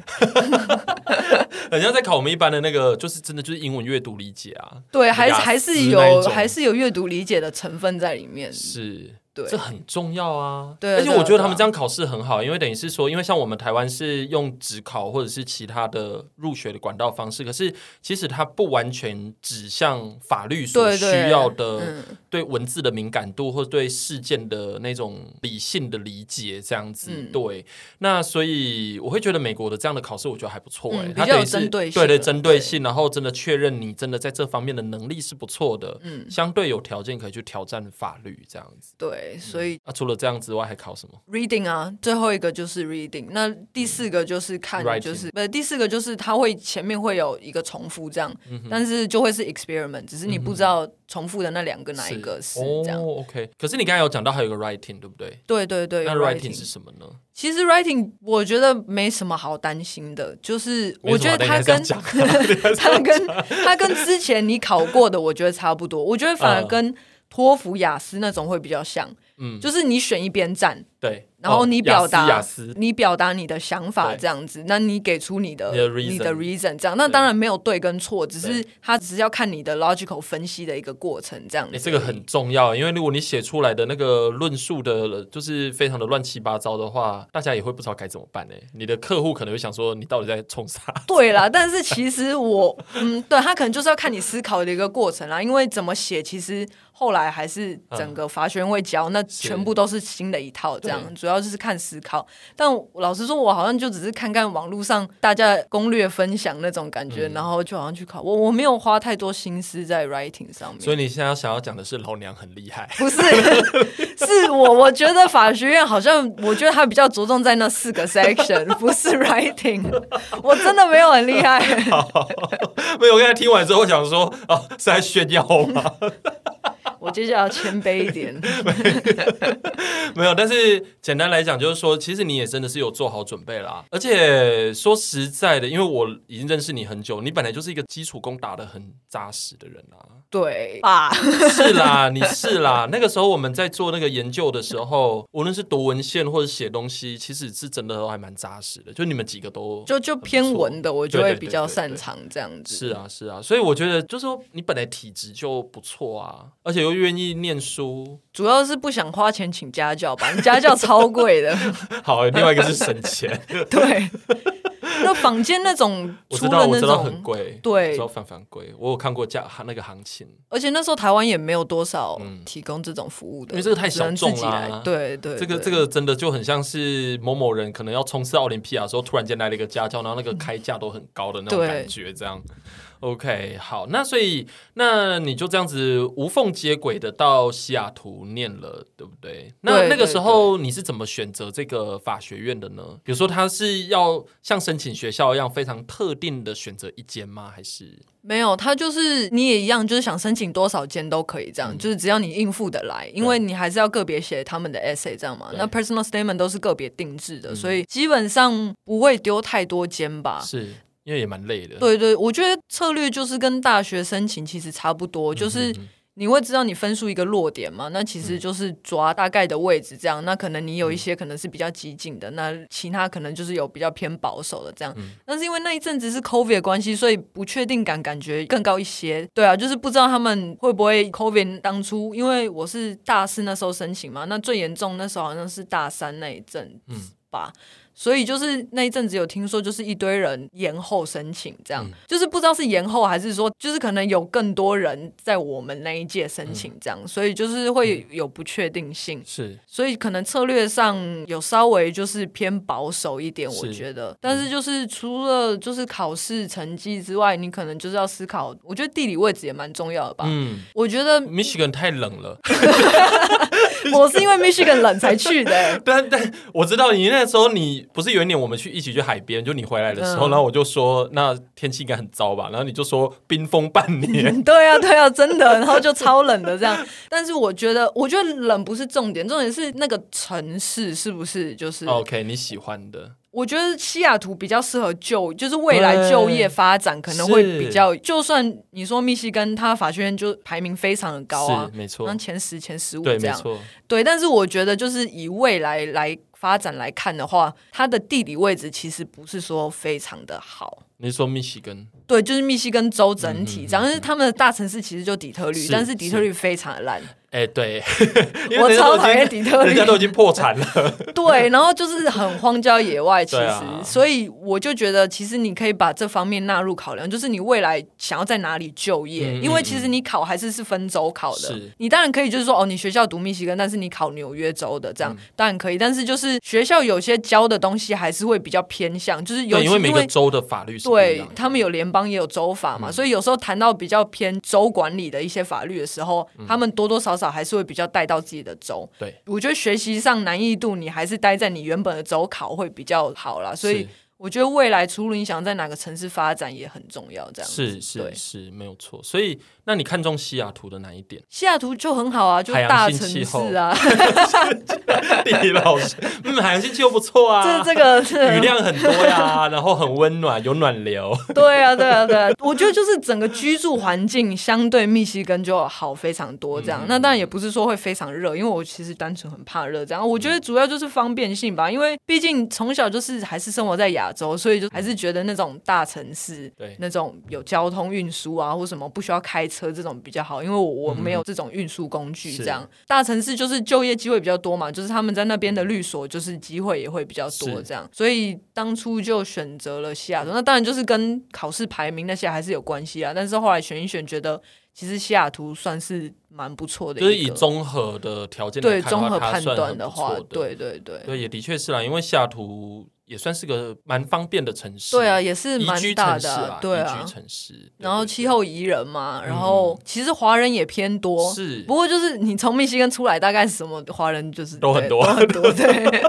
[SPEAKER 1] 人家在考我们一般的那个，就是真的就是英文阅读理解啊，
[SPEAKER 2] 对，
[SPEAKER 1] 雅
[SPEAKER 2] 还是
[SPEAKER 1] 思
[SPEAKER 2] 还是
[SPEAKER 1] 那一
[SPEAKER 2] 有
[SPEAKER 1] 种
[SPEAKER 2] 还是有阅读理解的成分在里面。
[SPEAKER 1] 是，
[SPEAKER 2] 对
[SPEAKER 1] 这很重要啊。
[SPEAKER 2] 对啊
[SPEAKER 1] 而且
[SPEAKER 2] 对啊
[SPEAKER 1] 我觉得他
[SPEAKER 2] 对
[SPEAKER 1] 们
[SPEAKER 2] 啊
[SPEAKER 1] 这样考试很好，因为等于是说，因为像我们台湾是用职考或者是其他的入学的管道方式，可是其实它不完全指向法律所
[SPEAKER 2] 对
[SPEAKER 1] 需
[SPEAKER 2] 对
[SPEAKER 1] 要的
[SPEAKER 2] 嗯
[SPEAKER 1] 对文字的敏感度或对事件的那种理性的理解这样子。
[SPEAKER 2] 嗯
[SPEAKER 1] 对，那所以我会觉得美国的这样的考试我觉得还不错、欸，
[SPEAKER 2] 嗯
[SPEAKER 1] 它
[SPEAKER 2] 比
[SPEAKER 1] 等
[SPEAKER 2] 较有
[SPEAKER 1] 于是
[SPEAKER 2] 针对性
[SPEAKER 1] 对对
[SPEAKER 2] 啊
[SPEAKER 1] 针对
[SPEAKER 2] 对
[SPEAKER 1] 性，然后真的确认你真的在这方面的能力是不错的，嗯，相对有条件可以去挑战法律这样子。
[SPEAKER 2] 对，所以
[SPEAKER 1] 啊，除了这样之外，还考什么？
[SPEAKER 2] reading 啊，最后一个就是 reading，那第四个就是看
[SPEAKER 1] Writing，
[SPEAKER 2] 就是不是第四个就是它会前面会有一个重复这样，
[SPEAKER 1] 嗯
[SPEAKER 2] 但是就会是 experiment，只是你不知道重复的那两个哪一个是这样。
[SPEAKER 1] 哦，OK。可是你刚才有讲到还有个 writing，对不对？
[SPEAKER 2] 对对对，
[SPEAKER 1] 那
[SPEAKER 2] 有
[SPEAKER 1] writing 是什么呢？
[SPEAKER 2] 其实 writing 我觉得没什么好担心的，就是
[SPEAKER 1] 没
[SPEAKER 2] 我
[SPEAKER 1] 什么
[SPEAKER 2] 觉
[SPEAKER 1] 好
[SPEAKER 2] 得
[SPEAKER 1] 担
[SPEAKER 2] 它
[SPEAKER 1] 心还
[SPEAKER 2] 跟
[SPEAKER 1] 是要讲啊
[SPEAKER 2] 它跟它跟之前你考过的我觉得差不多，我觉得反而
[SPEAKER 1] 嗯
[SPEAKER 2] 跟托福、雅思那种会比较像，嗯，就是你选一边站，
[SPEAKER 1] 对，
[SPEAKER 2] 然后
[SPEAKER 1] 哦
[SPEAKER 2] 你表达、
[SPEAKER 1] 雅思雅思
[SPEAKER 2] 你表达你的想法
[SPEAKER 1] 对
[SPEAKER 2] 这样子，那你给出你的
[SPEAKER 1] 你的 reason
[SPEAKER 2] 你的 reason 这样，那
[SPEAKER 1] 对
[SPEAKER 2] 当然没有对跟错，只是
[SPEAKER 1] 对
[SPEAKER 2] 他只是要看你的 logical 分析的一个过程这样
[SPEAKER 1] 哎、
[SPEAKER 2] 子。
[SPEAKER 1] 这个很重要，因为如果你写出来的那个论述的，就是非常的乱七八糟的话，大家也会不知道该怎么办哎、你的客户可能会想说，你到底在冲啥？
[SPEAKER 2] 对啦， 但是其实我，嗯，对他可能就是要看你思考的一个过程啦，因为怎么写，其实后来还是整个法学院会教，那全部都是新的一套，这样
[SPEAKER 1] 对
[SPEAKER 2] 主要就是看思考。但老实说，我好像就只是看看网络上大家攻略分享那种感
[SPEAKER 1] 嗯
[SPEAKER 2] 觉，然后就好像去考，我我没有花太多心思在 writing 上面。
[SPEAKER 1] 所以你现在想要讲的是老娘很厉害，
[SPEAKER 2] 不是，是我我觉得法学院好像，我觉得它比较着重在那四个 section，不是 writing。我真的没有很厉害。
[SPEAKER 1] 没有，我刚才听完之后想说，哦，是在炫耀吗？
[SPEAKER 2] 我接下来要谦卑一点。
[SPEAKER 1] 没有，但是简单来讲，就是说，其实你也真的是有做好准备啦。而且说实在的，因为我已经认识你很久，你本来就是一个基础功打得很扎实的人啊。
[SPEAKER 2] 对啊，
[SPEAKER 1] 是啦，你是啦。 那个时候我们在做那个研究的时候，无论是读文献或者写东西，其实是真的都还蛮扎实的。就你们几个都
[SPEAKER 2] 就就偏文的，我就
[SPEAKER 1] 对
[SPEAKER 2] 会
[SPEAKER 1] 对对
[SPEAKER 2] 比较
[SPEAKER 1] 对对
[SPEAKER 2] 擅长这样子。
[SPEAKER 1] 是啊，是啊，所以我觉得就是说，你本来体质就不错啊，而且又愿意念书。
[SPEAKER 2] 主要是不想花钱请家教吧，家教超 贵的。
[SPEAKER 1] 好，另外一个是省 钱，
[SPEAKER 2] 对，那坊间那种
[SPEAKER 1] 我
[SPEAKER 2] 出
[SPEAKER 1] 知道，
[SPEAKER 2] 了
[SPEAKER 1] 我
[SPEAKER 2] 那
[SPEAKER 1] 知道很
[SPEAKER 2] 种，
[SPEAKER 1] 贵，
[SPEAKER 2] 对
[SPEAKER 1] 我知道反反贵，我有看过价那个行情，
[SPEAKER 2] 而且那时候台湾也没有多少
[SPEAKER 1] 嗯
[SPEAKER 2] 提供这种服务的，
[SPEAKER 1] 因为这个太小
[SPEAKER 2] 只能自己
[SPEAKER 1] 众啦
[SPEAKER 2] 来。对对，
[SPEAKER 1] 这个
[SPEAKER 2] 对
[SPEAKER 1] 这个真的就很像是某某人可能要冲刺奥林匹亚的时候，突然间来了一个家教，然后那个开价都很高的那种
[SPEAKER 2] 对
[SPEAKER 1] 感觉，这样。OK，好，那所以那你就这样子无缝接轨的到西雅图念了，对不对？那
[SPEAKER 2] 对
[SPEAKER 1] 那个时
[SPEAKER 2] 对
[SPEAKER 1] 候你是怎么选择这个法学院的呢？比如说他是要像申请学校一样非常特定的选择一间吗？还是
[SPEAKER 2] 没有，他就是你也一样，就是想申请多少间都可以，这样、
[SPEAKER 1] 嗯
[SPEAKER 2] 就是只要你应付得来，因为你还是要个别写他们的 essay 这样嘛。
[SPEAKER 1] 对嗯
[SPEAKER 2] 那 personal statement 都是个别定制的，所以基本上不会丢太多间吧。
[SPEAKER 1] 是因为也蛮累的？
[SPEAKER 2] 啊对对，我觉得策略就是跟大学申请其实差不多，
[SPEAKER 1] 嗯
[SPEAKER 2] 就是你会知道你分数一个落点嘛，那其实就是抓大概的位置这样。那可能你
[SPEAKER 1] 嗯
[SPEAKER 2] 有一些可能是比较激进的，那其他可能就是有比较偏保守的这样。但是因为那一阵子是 COVID 的关系，所以不确定感感觉更高一些。对啊，就是不知道他们会不会 COVID 当初，因为我是大四那时候申请嘛，那最严重那时候好像是大三那一阵子吧。所以就是那一阵子有听说，就是一堆人延后申请，这样、就是不知道是延后还是说，就是可能有更多人在我们那一届申请，这样，所以就是会有不确定性。
[SPEAKER 1] 是
[SPEAKER 2] 所以可能策略上有稍微就是偏保守一点，
[SPEAKER 1] 是嗯
[SPEAKER 2] 我觉得。但是就是除了就是考试成绩之外，你可能就是要思考，我觉得地理位置也蛮重要的吧。
[SPEAKER 1] 嗯
[SPEAKER 2] 我觉得
[SPEAKER 1] ，Michigan 太冷了。
[SPEAKER 2] 我是因为 Michigan 冷才去的、欸
[SPEAKER 1] 但但我知道你那时候你不是有一年我们去一起去海边，就你回来的时候，
[SPEAKER 2] 嗯
[SPEAKER 1] 然后我就说那天气应该很糟吧，然后你就说冰封半年，
[SPEAKER 2] 对啊，对啊，真的，然后就超冷的这样。但是我觉得，我觉得冷不是重点，重点是那个城市是不是 就是。
[SPEAKER 1] 哦 OK 你喜欢的，
[SPEAKER 2] 我觉得西雅图比较适合就，就是未来就业发展可能会
[SPEAKER 1] 是
[SPEAKER 2] 比较。就算你说密西根，它法学院就排名非常的高啊
[SPEAKER 1] 是，没错
[SPEAKER 2] 像，前十、前十五
[SPEAKER 1] 对，
[SPEAKER 2] 这
[SPEAKER 1] 没
[SPEAKER 2] 样。
[SPEAKER 1] 错，
[SPEAKER 2] 对，但是我觉得就是以未来来发展来看的话，它的地理位置其实不是说非常的好。
[SPEAKER 1] 你说密西根，
[SPEAKER 2] 对，就是密西根州
[SPEAKER 1] 嗯
[SPEAKER 2] 整体这样，因为他们的大城市其实就底特律，
[SPEAKER 1] 是
[SPEAKER 2] 但是底特律非常的烂，
[SPEAKER 1] 哎， 对，因
[SPEAKER 2] 我
[SPEAKER 1] 为人家都
[SPEAKER 2] 超
[SPEAKER 1] 已
[SPEAKER 2] 讨
[SPEAKER 1] 经
[SPEAKER 2] 厌底特律
[SPEAKER 1] 人家。都已经破产了，
[SPEAKER 2] 对，然后就是很荒郊野外，其实，
[SPEAKER 1] 对啊
[SPEAKER 2] 所以我就觉得，其实你可以把这方面纳入考量，就是你未来想要在哪里就业，
[SPEAKER 1] 嗯
[SPEAKER 2] 因为其实你考还是是分州考的
[SPEAKER 1] 是，
[SPEAKER 2] 你当然可以就是说，哦，你学校读密西根，但是你考纽约州的，
[SPEAKER 1] 嗯
[SPEAKER 2] 这样、当然可以，但是就是学校有些教的东西还是会比较偏向，就是 尤
[SPEAKER 1] 对，
[SPEAKER 2] 其
[SPEAKER 1] 因为每个州的法律是不一
[SPEAKER 2] 对
[SPEAKER 1] 样的嗯
[SPEAKER 2] 他们有联邦也有州法嘛，所以有时候谈到比较偏州管理的一些法律的时候，他们多多少少还是会比较带到自己的州。
[SPEAKER 1] 嗯对，
[SPEAKER 2] 我觉得学习上难易度，你还是待在你原本的州考会比较好啦。所以
[SPEAKER 1] 是
[SPEAKER 2] 我觉得未来除了你想在哪个城市发展也很重要，这样子
[SPEAKER 1] 是
[SPEAKER 2] 对？
[SPEAKER 1] 是是，没有错。所以，那你看中西雅图的哪一点
[SPEAKER 2] 西雅图就很好啊，就
[SPEAKER 1] 海洋
[SPEAKER 2] 大
[SPEAKER 1] 性
[SPEAKER 2] 城
[SPEAKER 1] 气候
[SPEAKER 2] 市啊，
[SPEAKER 1] 地理老师，嗯，海洋性气候不错啊
[SPEAKER 2] 这，这个
[SPEAKER 1] 雨
[SPEAKER 2] 是
[SPEAKER 1] 量很多呀，然后很温暖，有暖流。
[SPEAKER 2] 对啊，对啊，对啊，我觉得就是整个居住环境相对密西根就好非常多
[SPEAKER 1] 嗯
[SPEAKER 2] 这样。那当然也不是说会非常热，因为我其实单纯很怕热这样。我
[SPEAKER 1] 嗯
[SPEAKER 2] 觉得主要就是方便性吧，因为毕竟从小就是还是生活在亚洲，所以就还是觉得那种大城市，
[SPEAKER 1] 对
[SPEAKER 2] 那种有交通运输啊或什么不需要开车这种比较好，因为我我没有这种运输工具
[SPEAKER 1] 嗯是
[SPEAKER 2] 这样。大城市就是就业机会比较多嘛，就是他们在那边的律所就是机会也会比较多
[SPEAKER 1] 是
[SPEAKER 2] 这样，所以当初就选择了西雅图。那当然就是跟考试排名那些还是有关系啊，但是后来选一选，觉得其实西雅图算是蛮不错的一
[SPEAKER 1] 就
[SPEAKER 2] 个，
[SPEAKER 1] 是以综合的条件来
[SPEAKER 2] 对
[SPEAKER 1] 看的
[SPEAKER 2] 综
[SPEAKER 1] 话
[SPEAKER 2] 合
[SPEAKER 1] 它
[SPEAKER 2] 判
[SPEAKER 1] 算
[SPEAKER 2] 断
[SPEAKER 1] 很
[SPEAKER 2] 的
[SPEAKER 1] 不
[SPEAKER 2] 话
[SPEAKER 1] 错，
[SPEAKER 2] 对对对。
[SPEAKER 1] 对，也的确是啦，因为西雅图也算是个蛮方便的城市，
[SPEAKER 2] 对啊，，也是
[SPEAKER 1] 宜
[SPEAKER 2] 蛮
[SPEAKER 1] 居
[SPEAKER 2] 大
[SPEAKER 1] 城市
[SPEAKER 2] 的啊、
[SPEAKER 1] 啦，
[SPEAKER 2] 对
[SPEAKER 1] 宜
[SPEAKER 2] 啊
[SPEAKER 1] 居。城市。对
[SPEAKER 2] 然后
[SPEAKER 1] 对
[SPEAKER 2] 气
[SPEAKER 1] 对
[SPEAKER 2] 候宜人嘛，然后其实华人也偏多，
[SPEAKER 1] 是
[SPEAKER 2] 不过就是你从密西根出来，大概什么华人就是
[SPEAKER 1] 都很
[SPEAKER 2] 对
[SPEAKER 1] 多
[SPEAKER 2] 都很多，对。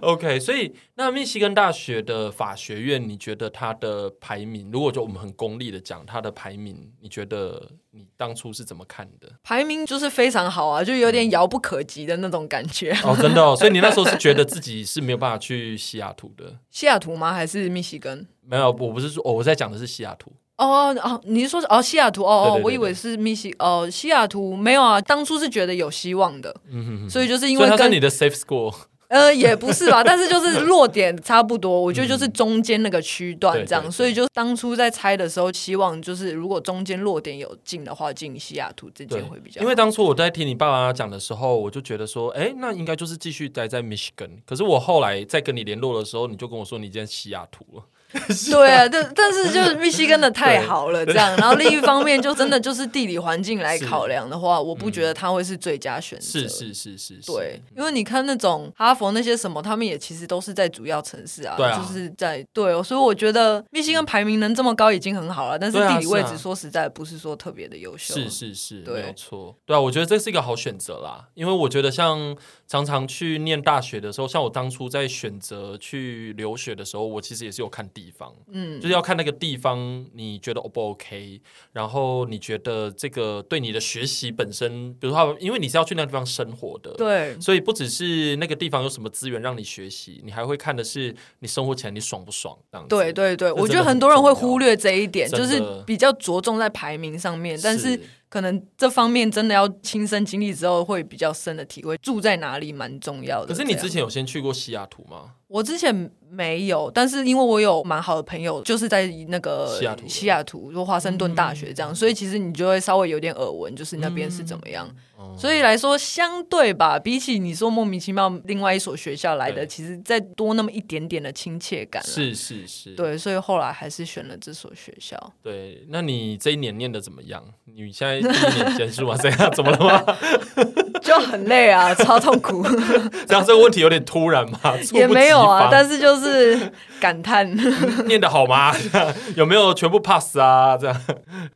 [SPEAKER 1] OK，所以那密西根大学的法学院，你觉得它的排名，如果就我们很功利的讲它的排名，你觉得你当初是怎么看的？
[SPEAKER 2] 排名就是非常好啊，就有点遥不可及的那种感觉。
[SPEAKER 1] 哦，真的、哦，所以你那时候是觉得自己是没有办法去西雅图的？
[SPEAKER 2] 西雅图吗？还是密西根？
[SPEAKER 1] 没有，我不是说，哦、我在讲的是西雅图。
[SPEAKER 2] 哦哦，你是说哦西雅图？哦哦，
[SPEAKER 1] 对对对
[SPEAKER 2] 我以为是密西哦西雅图没有啊，当初是觉得有希望的，
[SPEAKER 1] 嗯哼哼，
[SPEAKER 2] 所以就是因
[SPEAKER 1] 所以它
[SPEAKER 2] 为
[SPEAKER 1] 是
[SPEAKER 2] 跟
[SPEAKER 1] 你的 safe school，
[SPEAKER 2] 呃，也不是吧， 但是就是落点差不多，我觉得就是中间那个区段这样，
[SPEAKER 1] 对对对
[SPEAKER 2] 所以就当初在猜的时候，希望就是如果中间落点有进的话，进西雅图这
[SPEAKER 1] 对
[SPEAKER 2] 间会比较好，
[SPEAKER 1] 因为当初我在听你爸爸讲的时候，我就觉得说，哎，那应该就是继续待在 Michigan。可是我后来在跟你联络的时候，你就跟我说你今天西雅图了。
[SPEAKER 2] 对啊，但但是就是密西根的太好了这样，然后另一方面就真的就是地理环 境来考量的话，我不觉得它会是最佳选择。
[SPEAKER 1] 是是是是，是
[SPEAKER 2] 对，因为你看那种哈佛那些什么，他们也其实都是在主要城市啊，
[SPEAKER 1] 对啊
[SPEAKER 2] 就是在对、所以我觉得密西根排名能这么高已经很好了，但是
[SPEAKER 1] 对啊
[SPEAKER 2] 地理位
[SPEAKER 1] 是啊
[SPEAKER 2] 置说实在不是说特别的优秀，
[SPEAKER 1] 是是是，
[SPEAKER 2] 对
[SPEAKER 1] 没有错。对啊，我觉得这是一个好选择啦，因为我觉得像常常去念大学的时候，像我当初在选择去留学的时候，我其实也是有看地方，嗯，就是要看那个地方你觉得 O 不 OK，然后你觉得这个对你的学习本身，比如说它，因为你是要去那个地方生活的，
[SPEAKER 2] 对
[SPEAKER 1] 所以不只是那个地方有什么资源让你学习，你还会看的是你生活起来你爽不爽这样子。
[SPEAKER 2] 对对对，
[SPEAKER 1] 这
[SPEAKER 2] 我
[SPEAKER 1] 真
[SPEAKER 2] 觉
[SPEAKER 1] 的
[SPEAKER 2] 得
[SPEAKER 1] 很
[SPEAKER 2] 很多人会
[SPEAKER 1] 重要
[SPEAKER 2] 忽略这一点，
[SPEAKER 1] 真
[SPEAKER 2] 就是
[SPEAKER 1] 的
[SPEAKER 2] 比较着重在排名上面，但是可能这方面真的要亲身经历之后，会比较深的体会住在哪里蛮重要
[SPEAKER 1] 可
[SPEAKER 2] 的。
[SPEAKER 1] 是你
[SPEAKER 2] 这样
[SPEAKER 1] 之前有先去过西雅图吗？
[SPEAKER 2] 我之前没有，但是因为我有蛮好的朋友，就是在那个
[SPEAKER 1] 西雅图嗯
[SPEAKER 2] 西雅图就华盛顿大学这样，所以其实你就会稍微有点耳闻，就是那边是怎么样。
[SPEAKER 1] 嗯
[SPEAKER 2] 所以来说，相对吧，比起你说莫名其妙另外一所学校来的，
[SPEAKER 1] 对
[SPEAKER 2] 其实再多那么一点点的亲切感、啊。
[SPEAKER 1] 是是是，
[SPEAKER 2] 对，所以后来还是选了这所学校。
[SPEAKER 1] 对，那你这一年念的怎么样？你现在第一年结束吗？ 这样怎么了吗？
[SPEAKER 2] 就很累啊，超痛苦，
[SPEAKER 1] 这样这个问题有点突然嘛，猝不
[SPEAKER 2] 也没有
[SPEAKER 1] 及
[SPEAKER 2] 啊
[SPEAKER 1] 防，
[SPEAKER 2] 但是就是 感叹，
[SPEAKER 1] 念的好吗？ 这样有没有全部 pass 啊？这样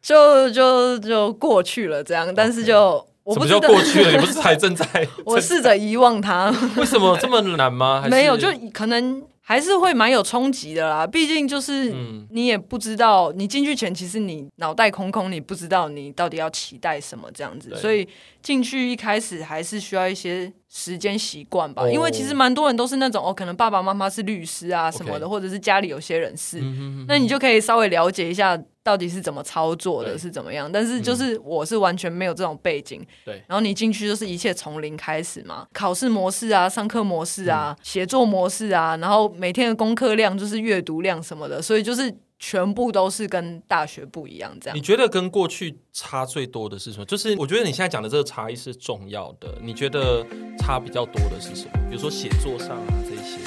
[SPEAKER 2] 就就就过去了这样，但是就我
[SPEAKER 1] 什
[SPEAKER 2] 不
[SPEAKER 1] 么
[SPEAKER 2] 知
[SPEAKER 1] 叫
[SPEAKER 2] 道，？
[SPEAKER 1] 过去了？你不是还正在
[SPEAKER 2] 我试着遗忘它，
[SPEAKER 1] 为什么这么难吗？还是嗯
[SPEAKER 2] 没有，就可能还是会蛮有冲击的啦，毕竟就是。
[SPEAKER 1] 嗯，
[SPEAKER 2] 你也不知道，你进去前其实你脑袋空空，你不知道你到底要期待什么这样子
[SPEAKER 1] 对，
[SPEAKER 2] 所以进去一开始还是需要一些时间习惯吧，
[SPEAKER 1] 哦
[SPEAKER 2] 因为其实蛮多人都是那种哦，可能爸爸妈妈是律师啊什么的
[SPEAKER 1] OK
[SPEAKER 2] 或者是家里有些人是，
[SPEAKER 1] 嗯哼哼
[SPEAKER 2] 那你就可以稍微了解一下到底是怎么操作
[SPEAKER 1] 对嗯
[SPEAKER 2] 的，是怎么样。但是就是我是完全没有这种背景，
[SPEAKER 1] 对
[SPEAKER 2] 然后你进去就是一切从零开始嘛，考试模式啊，上课模式
[SPEAKER 1] 嗯
[SPEAKER 2] 啊，写作模式啊，然后每天的功课量就是阅读量什么的，所以就是全部都是跟大学不一样这样
[SPEAKER 1] 你。觉得跟过去差最多的是什么？就是我觉得你现在讲的这个差异是重要的。你觉得差比较多的是什么？比如说写作上啊这一些。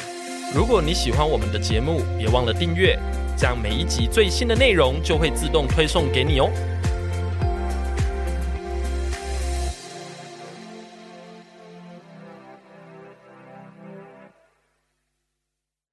[SPEAKER 1] 如果你喜欢我们的节目，别忘了订阅，这样每一集最新的内容就会自动推送给你哦。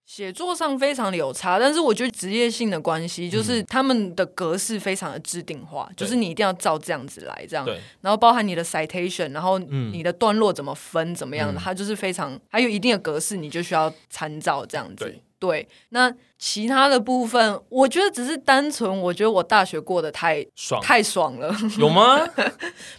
[SPEAKER 2] 写作上非常的有差，但是我觉得职业性的关系，
[SPEAKER 1] 嗯
[SPEAKER 2] 就是他们的格式非常的制定化，就是你一定要照这样子来，这样，
[SPEAKER 1] 对，
[SPEAKER 2] 然后包含你的 citation，然后
[SPEAKER 1] 嗯
[SPEAKER 2] 你的段落怎么分，怎么样的，它就是非常还有一定的格式，你就需要参照这样子。
[SPEAKER 1] 对
[SPEAKER 2] 那其他的部分，我觉得只是单纯，我觉得我大学过得太
[SPEAKER 1] 爽
[SPEAKER 2] 太爽了。
[SPEAKER 1] 有吗？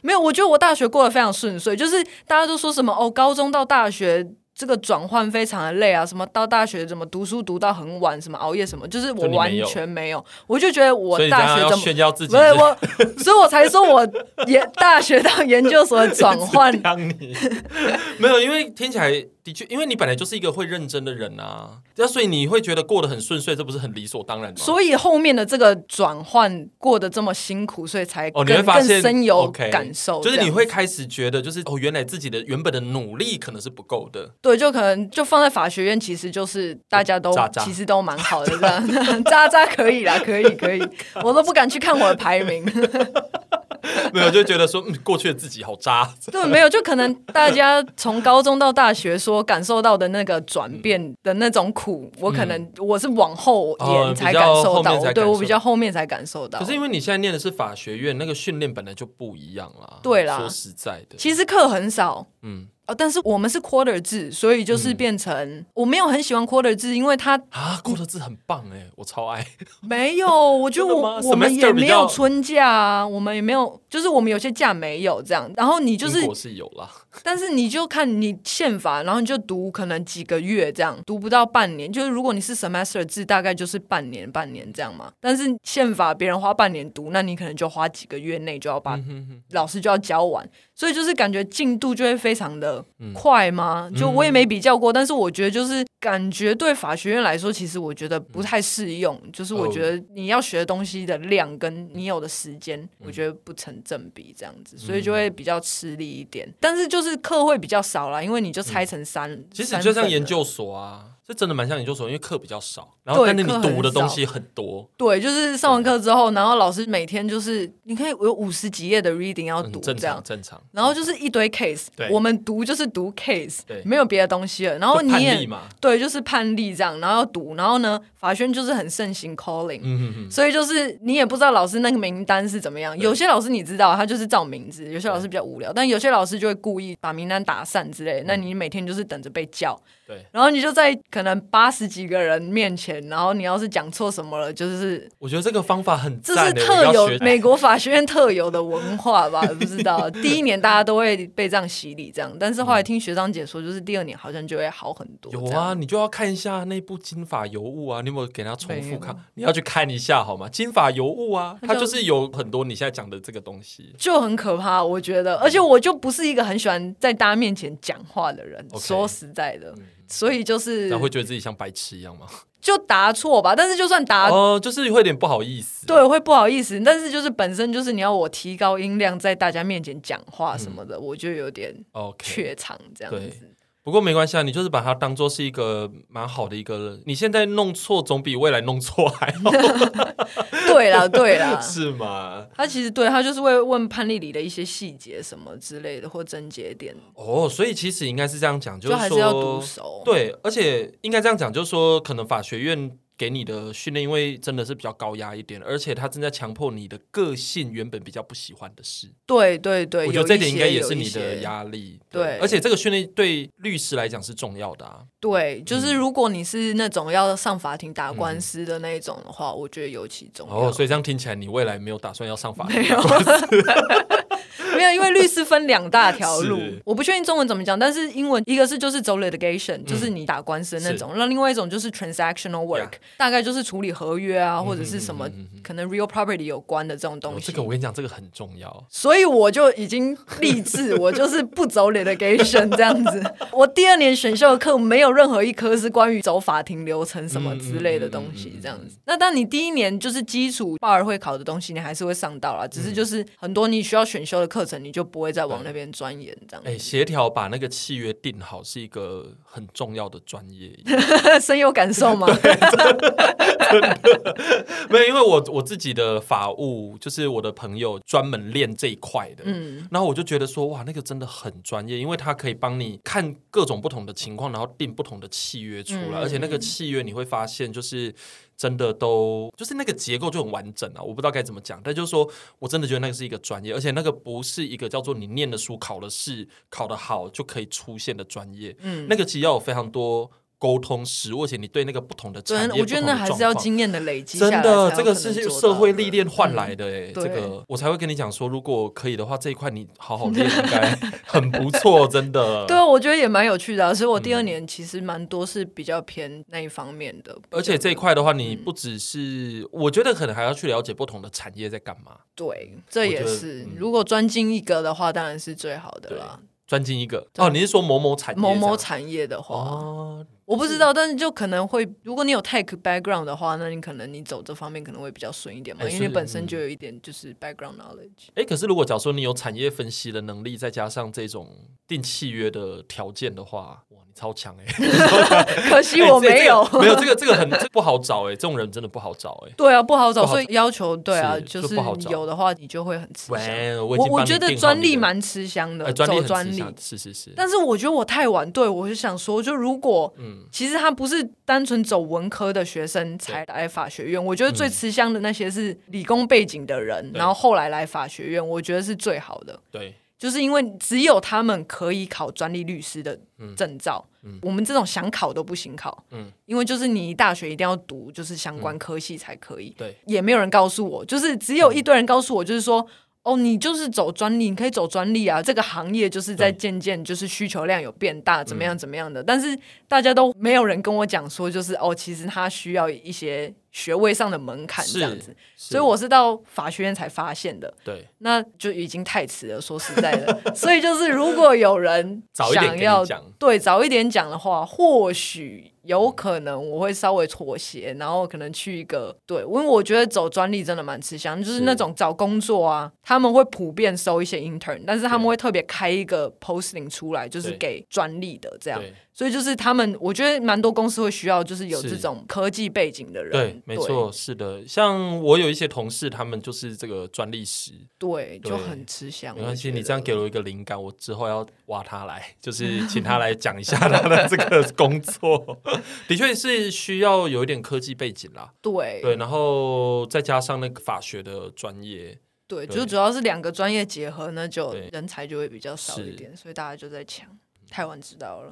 [SPEAKER 2] 没有，我觉得我大学过得非常顺遂，就是大家都说什么哦，高中到大学这个转换非常的累啊，什么到大学怎么读书读到很晚，什么熬夜什么，就是我
[SPEAKER 1] 就你没有
[SPEAKER 2] 完全没有，我就觉得我
[SPEAKER 1] 所以大
[SPEAKER 2] 大
[SPEAKER 1] 家
[SPEAKER 2] 学
[SPEAKER 1] 要
[SPEAKER 2] 怎么。
[SPEAKER 1] 炫耀自己，
[SPEAKER 2] 不是 我，所以我才说我研大学到研究所的转换
[SPEAKER 1] 当你没有，因为听起来的确，因为你本来就是一个会认真的人啊，那所以你会觉得过得很顺遂，这不是很理所当然吗？
[SPEAKER 2] 所以后面的这个转换过得这么辛苦，所以才
[SPEAKER 1] 哦，
[SPEAKER 2] 更、
[SPEAKER 1] 你会发
[SPEAKER 2] 更
[SPEAKER 1] 现
[SPEAKER 2] 深有
[SPEAKER 1] OK，
[SPEAKER 2] 感受哦这
[SPEAKER 1] 就
[SPEAKER 2] 样，
[SPEAKER 1] 是你会开始觉得，就是哦，原来自己的原本的努力可能是不够的，
[SPEAKER 2] 对，就可能就放在法学院，其实就是大家都
[SPEAKER 1] 渣渣
[SPEAKER 2] 其实都蛮好的这样，渣渣可以啦，可以可以，我都不敢去看我的排名。
[SPEAKER 1] 没有就觉得说，嗯，过去的自己好渣，
[SPEAKER 2] 对，没有，就可能大家从高中到大学所感受到的那个转
[SPEAKER 1] 嗯
[SPEAKER 2] 变的那种苦，我可能我是往后
[SPEAKER 1] 哦
[SPEAKER 2] 延才
[SPEAKER 1] 比较
[SPEAKER 2] 感受
[SPEAKER 1] 后
[SPEAKER 2] 到
[SPEAKER 1] 面才，感
[SPEAKER 2] 对我
[SPEAKER 1] 受
[SPEAKER 2] 比较后面才感受到
[SPEAKER 1] 可。是因为你现在念的是法学院，那个训练本来就不一样啦。
[SPEAKER 2] 对啦
[SPEAKER 1] 说实在的，
[SPEAKER 2] 其实课很少，
[SPEAKER 1] 嗯
[SPEAKER 2] 哦，但是我们是 quarter 制，所以就是变成、我没有很喜欢 quarter 制，因为它
[SPEAKER 1] 啊，过得字很棒哎、我超爱。
[SPEAKER 2] 没 有，我觉得
[SPEAKER 1] 真的吗
[SPEAKER 2] 我我们
[SPEAKER 1] Semester
[SPEAKER 2] 也没有
[SPEAKER 1] 比较
[SPEAKER 2] 春假啊，我们也没有，就是我们有些假没有这样。然后你 就是
[SPEAKER 1] 英，国是有啦，
[SPEAKER 2] 但是你就看你宪法，然后你就读可能几个月这样，读不到半年。就是如果你是 semester 制，大概就是半年半年这样嘛。但是宪法别人花半年读，那你可能就花几个月内就要把、
[SPEAKER 1] 嗯哼哼
[SPEAKER 2] 老师就要教完，所以就是感觉进度就会非常的
[SPEAKER 1] 嗯
[SPEAKER 2] 快吗？就我也没比较过，但是我觉得就是感觉对法学院来说，其实我觉得
[SPEAKER 1] 嗯
[SPEAKER 2] 不太适用。就是我
[SPEAKER 1] 哦
[SPEAKER 2] 觉得你要学的东西的量跟你有的时间，
[SPEAKER 1] 嗯
[SPEAKER 2] 我觉得不成正比这样子，所以就会比较吃力一点。但是就是课会比较少啦，因为你就拆成三，
[SPEAKER 1] 嗯其实
[SPEAKER 2] 三
[SPEAKER 1] 就
[SPEAKER 2] 份
[SPEAKER 1] 像
[SPEAKER 2] 了
[SPEAKER 1] 研究所啊，这真的蛮像研究所，因为课比较少，然后
[SPEAKER 2] 对
[SPEAKER 1] 但是你
[SPEAKER 2] 课很
[SPEAKER 1] 读的东西很多，
[SPEAKER 2] 对，就是上完课之后，然后老师每天就是你可以有五十几页的 reading 要
[SPEAKER 1] 嗯
[SPEAKER 2] 读
[SPEAKER 1] 正
[SPEAKER 2] 这样
[SPEAKER 1] 常。正常。
[SPEAKER 2] 然后就是一堆 case，
[SPEAKER 1] 对
[SPEAKER 2] 我们读就是读 case，
[SPEAKER 1] 对
[SPEAKER 2] 没有别的东西了。然后
[SPEAKER 1] 就
[SPEAKER 2] 你
[SPEAKER 1] 叛逆
[SPEAKER 2] 也
[SPEAKER 1] 嘛，
[SPEAKER 2] 对，就是判例这样，然后要读，然后呢，法宣就是很盛行 calling，、
[SPEAKER 1] 嗯哼哼，
[SPEAKER 2] 所以就是你也不知道老师那个名单是怎么样。有些老师你知道，他就是照名字；有些老师比较无聊，但有些老师就会故意把名单打散之类的。
[SPEAKER 1] 嗯
[SPEAKER 2] 那你每天就是等着被叫，
[SPEAKER 1] 对，
[SPEAKER 2] 然后你就在可能八十几个人面前，然后你要是讲错什么了，就是
[SPEAKER 1] 我觉得这个方法很
[SPEAKER 2] 这
[SPEAKER 1] 赞欸
[SPEAKER 2] 是
[SPEAKER 1] 我
[SPEAKER 2] 特
[SPEAKER 1] 要
[SPEAKER 2] 有
[SPEAKER 1] 学起来
[SPEAKER 2] 美国法学院特有的文化吧？不知道，第一年大家都会被这样洗礼，这样，但是后来听学长姐说，就是第二年好像就会好很
[SPEAKER 1] 嗯
[SPEAKER 2] 多。
[SPEAKER 1] 有
[SPEAKER 2] 这
[SPEAKER 1] 啊，
[SPEAKER 2] 样，
[SPEAKER 1] 你就要看一下那部《金发尤物》啊，你有没有给他重
[SPEAKER 2] 没
[SPEAKER 1] 复
[SPEAKER 2] 有
[SPEAKER 1] 看？你要去看一下好吗？《金发尤物》啊，
[SPEAKER 2] 它
[SPEAKER 1] 它
[SPEAKER 2] 就
[SPEAKER 1] 就是有很多你现在讲的这个东西。
[SPEAKER 2] 就很可怕，我觉得，而且我就不是一个很喜欢在大家面前讲话的人
[SPEAKER 1] OK 嗯
[SPEAKER 2] 说实在的，所以就是
[SPEAKER 1] 然后会觉得自己像白痴一样吗？
[SPEAKER 2] 就答错吧，但是就算答
[SPEAKER 1] 哦，就是会有点不好意思。
[SPEAKER 2] 啊
[SPEAKER 1] 啊
[SPEAKER 2] 对，会不好意思，但是就是本身就是你要我提高音量在大家面前讲话什么的，我就有点
[SPEAKER 1] 嗯，OK。
[SPEAKER 2] 怯场这样
[SPEAKER 1] 对
[SPEAKER 2] 子。
[SPEAKER 1] 不过没关系啊，你就是把它当做是一个蛮好的一个，你现在弄错总比未来弄错还 好，
[SPEAKER 2] 对啦，对 啦，
[SPEAKER 1] 是吗？
[SPEAKER 2] 他其实对他就是会问潘丽里的一些细节什么之类的，或症结点，
[SPEAKER 1] 哦，所以其实应该是这样讲，
[SPEAKER 2] 就是还是
[SPEAKER 1] 说
[SPEAKER 2] 要读熟。
[SPEAKER 1] 对，而且应该这样讲，就是说，可能法学院给你的训练，因为真的是比较高压一点，而且他正在强迫你的个性原本比较不喜欢的事。
[SPEAKER 2] 对对对，
[SPEAKER 1] 我觉
[SPEAKER 2] 有
[SPEAKER 1] 得这
[SPEAKER 2] 一
[SPEAKER 1] 点应
[SPEAKER 2] 些
[SPEAKER 1] 该也
[SPEAKER 2] 有
[SPEAKER 1] 是
[SPEAKER 2] 一
[SPEAKER 1] 你的
[SPEAKER 2] 些
[SPEAKER 1] 压力。
[SPEAKER 2] 对
[SPEAKER 1] 而且这个训练对律师来讲是重要的啊。
[SPEAKER 2] 对，就是如果你是那种要上法庭打官司的那一种的话，我觉得尤其重要。
[SPEAKER 1] 哦，所以这样听起来，你未来没有打算要上法
[SPEAKER 2] 啊 没
[SPEAKER 1] 庭
[SPEAKER 2] 有，没有，因为律师分两大条路
[SPEAKER 1] 是，
[SPEAKER 2] 我不确定中文怎么讲，但是英文一个是就是走 litigation，、就是你打官司的那种，那另外一种就是 transactional work，、
[SPEAKER 1] 嗯 Yeah
[SPEAKER 2] 大概就是处理合约啊，或者是什么、
[SPEAKER 1] 嗯嗯
[SPEAKER 2] 可能 real property 有关的这种东
[SPEAKER 1] 哦
[SPEAKER 2] 西。
[SPEAKER 1] 这个我跟你讲，这个很重要。
[SPEAKER 2] 所以我就已经立 志，我就是不走 litigation 这样子。我第二年选修的课没有任何一科是关于走法庭流程什么之类的东
[SPEAKER 1] 嗯
[SPEAKER 2] 西，这样子。那
[SPEAKER 1] 嗯
[SPEAKER 2] 当你第一年就是基础 bar 会考的东西，你还是会上到啦，只是就是很多你需要选修的课程，你就不会再往那边钻研这样。
[SPEAKER 1] 哎，协调把那个契约定好是一个很重要的专业。嗯
[SPEAKER 2] 深有感 受吗？
[SPEAKER 1] 没有，因为我我自己的法务就是我的朋友专门练这一块的，嗯，然后我就觉得说哇，那个真的很专业，因为他可以帮你看各种不同的情况，然后定不同的契约出
[SPEAKER 2] 嗯
[SPEAKER 1] 来，而且那个契约你会发现就是。真的都就是那个结构就很完整啊，我不知道该怎么讲，但就是说我真的觉得那个是一个专业，而且那个不是一个叫做你念的书、考的试、考得好就可以出现的专业，嗯，那个其实要有非常多沟通实务，而且你对那个不同的产
[SPEAKER 2] 对
[SPEAKER 1] 业，，
[SPEAKER 2] 我觉得那
[SPEAKER 1] 不同的
[SPEAKER 2] 还
[SPEAKER 1] 状
[SPEAKER 2] 是要
[SPEAKER 1] 况
[SPEAKER 2] 经验的累积下
[SPEAKER 1] 真
[SPEAKER 2] 来才有可能做
[SPEAKER 1] 的，
[SPEAKER 2] 到的。嗯
[SPEAKER 1] 这个是社会历练换来的哎、
[SPEAKER 2] 对
[SPEAKER 1] 这个我才会跟你讲说，如果可以的话，这一块你好好 练，应该很不错，真的。
[SPEAKER 2] 对啊，我觉得也蛮有趣的、啊。所以我
[SPEAKER 1] 嗯
[SPEAKER 2] 第二年其实蛮多是比较偏那一方面的，
[SPEAKER 1] 而且这一块的话，
[SPEAKER 2] 嗯
[SPEAKER 1] 你不只是，我觉得可能还要去了解不同的产业在干嘛，
[SPEAKER 2] 对，这
[SPEAKER 1] 我
[SPEAKER 2] 也
[SPEAKER 1] 觉得
[SPEAKER 2] 是
[SPEAKER 1] 嗯。
[SPEAKER 2] 如果专精一个的话，当然是最好的啦。
[SPEAKER 1] 专精一个。
[SPEAKER 2] 对
[SPEAKER 1] 哦，你是说某某产业这
[SPEAKER 2] 某
[SPEAKER 1] 样？
[SPEAKER 2] 某产业的话，
[SPEAKER 1] 哦，
[SPEAKER 2] 我不知道，但是就可能会，如果你有 tech background 的话，那你可能你走这方面可能会比较顺一点嘛，
[SPEAKER 1] 哎
[SPEAKER 2] 因为
[SPEAKER 1] 是
[SPEAKER 2] 你本身
[SPEAKER 1] 嗯
[SPEAKER 2] 就有一点就是 background knowledge。
[SPEAKER 1] 哎，可是如果假如说你有产业分析的能力，再加上这种定契约的条件的话，哇，你超强哎、
[SPEAKER 2] 可惜我没有
[SPEAKER 1] 哎，这这个没有这个这个很这不好找哎、这种人真的不好找哎、
[SPEAKER 2] 对啊，不好找，
[SPEAKER 1] 不好
[SPEAKER 2] 所以要求对啊，
[SPEAKER 1] 是
[SPEAKER 2] 就
[SPEAKER 1] 就是不好找
[SPEAKER 2] 有的话你就会很吃香。
[SPEAKER 1] 喂，我已
[SPEAKER 2] 啊我
[SPEAKER 1] 经帮
[SPEAKER 2] 我
[SPEAKER 1] 你
[SPEAKER 2] 觉得
[SPEAKER 1] 定好
[SPEAKER 2] 专
[SPEAKER 1] 你
[SPEAKER 2] 利
[SPEAKER 1] 的
[SPEAKER 2] 蛮吃香的，
[SPEAKER 1] 呃专利
[SPEAKER 2] 走
[SPEAKER 1] 很
[SPEAKER 2] 专
[SPEAKER 1] 吃
[SPEAKER 2] 利
[SPEAKER 1] 香，是是是。
[SPEAKER 2] 但是我觉得我太晚对，我就想说，就如果
[SPEAKER 1] 嗯，
[SPEAKER 2] 其实他不是单纯走文科的学生才来法学院，我觉得最吃香的那些是理工背景的人，
[SPEAKER 1] 嗯对
[SPEAKER 2] 然后后来来法学院，我觉得是最好的。
[SPEAKER 1] 对，
[SPEAKER 2] 就是因为只有他们可以考专利律师的证照，我们这种想考都不行考，
[SPEAKER 1] 嗯
[SPEAKER 2] 因为就是你大学一定要读就是相关科系才可以，
[SPEAKER 1] 对，
[SPEAKER 2] 也没有人告诉我，就是只有一堆人告诉我，就是
[SPEAKER 1] 嗯
[SPEAKER 2] 说。哦，你就是走专利，你可以走专利啊！这个行业就是在
[SPEAKER 1] 对
[SPEAKER 2] 渐渐就是需求量有变大，怎么
[SPEAKER 1] 嗯
[SPEAKER 2] 样怎么样的。但是大家都没有人跟我讲说，就是哦，其实它需要一些学位上的门槛这样
[SPEAKER 1] 是
[SPEAKER 2] 子。
[SPEAKER 1] 所
[SPEAKER 2] 所以我是到法学院才发现的。
[SPEAKER 1] 对
[SPEAKER 2] 那就已经太迟了。说实在的，所以就是如果有人
[SPEAKER 1] 早一点
[SPEAKER 2] 想要
[SPEAKER 1] 跟你讲
[SPEAKER 2] 对早一点讲的话，或许有可能我会稍微妥协，然后可能去一个对，因为我觉得走专利真的蛮吃香，就是
[SPEAKER 1] 是
[SPEAKER 2] 那种找工作啊，他们会普遍收一些 intern，但是他们会特别开一个 posting 出来，就是
[SPEAKER 1] 对
[SPEAKER 2] 给专利的这样。
[SPEAKER 1] 对
[SPEAKER 2] 所以就是他们，我觉得蛮多公司会需要，就是有
[SPEAKER 1] 是
[SPEAKER 2] 这种科技背景的人。
[SPEAKER 1] 对，没错，是的。像我有一些同事，他们就是这个专利师，
[SPEAKER 2] 对，对，就
[SPEAKER 1] 对
[SPEAKER 2] 很吃香。
[SPEAKER 1] 没关系，
[SPEAKER 2] 我觉
[SPEAKER 1] 你这样
[SPEAKER 2] 得
[SPEAKER 1] 给了我一个灵感，我之后要挖他来， 就是请他来讲一下他的这个工作， 的确是需要有一点科技背景啦，
[SPEAKER 2] 对
[SPEAKER 1] 对，然后再加上那个法学的专业，
[SPEAKER 2] 对，
[SPEAKER 1] 对
[SPEAKER 2] 就主要是两个专业结合，那就
[SPEAKER 1] 对
[SPEAKER 2] 人才就会比较少
[SPEAKER 1] 是
[SPEAKER 2] 一点，所以大家就在抢。太晚知道了，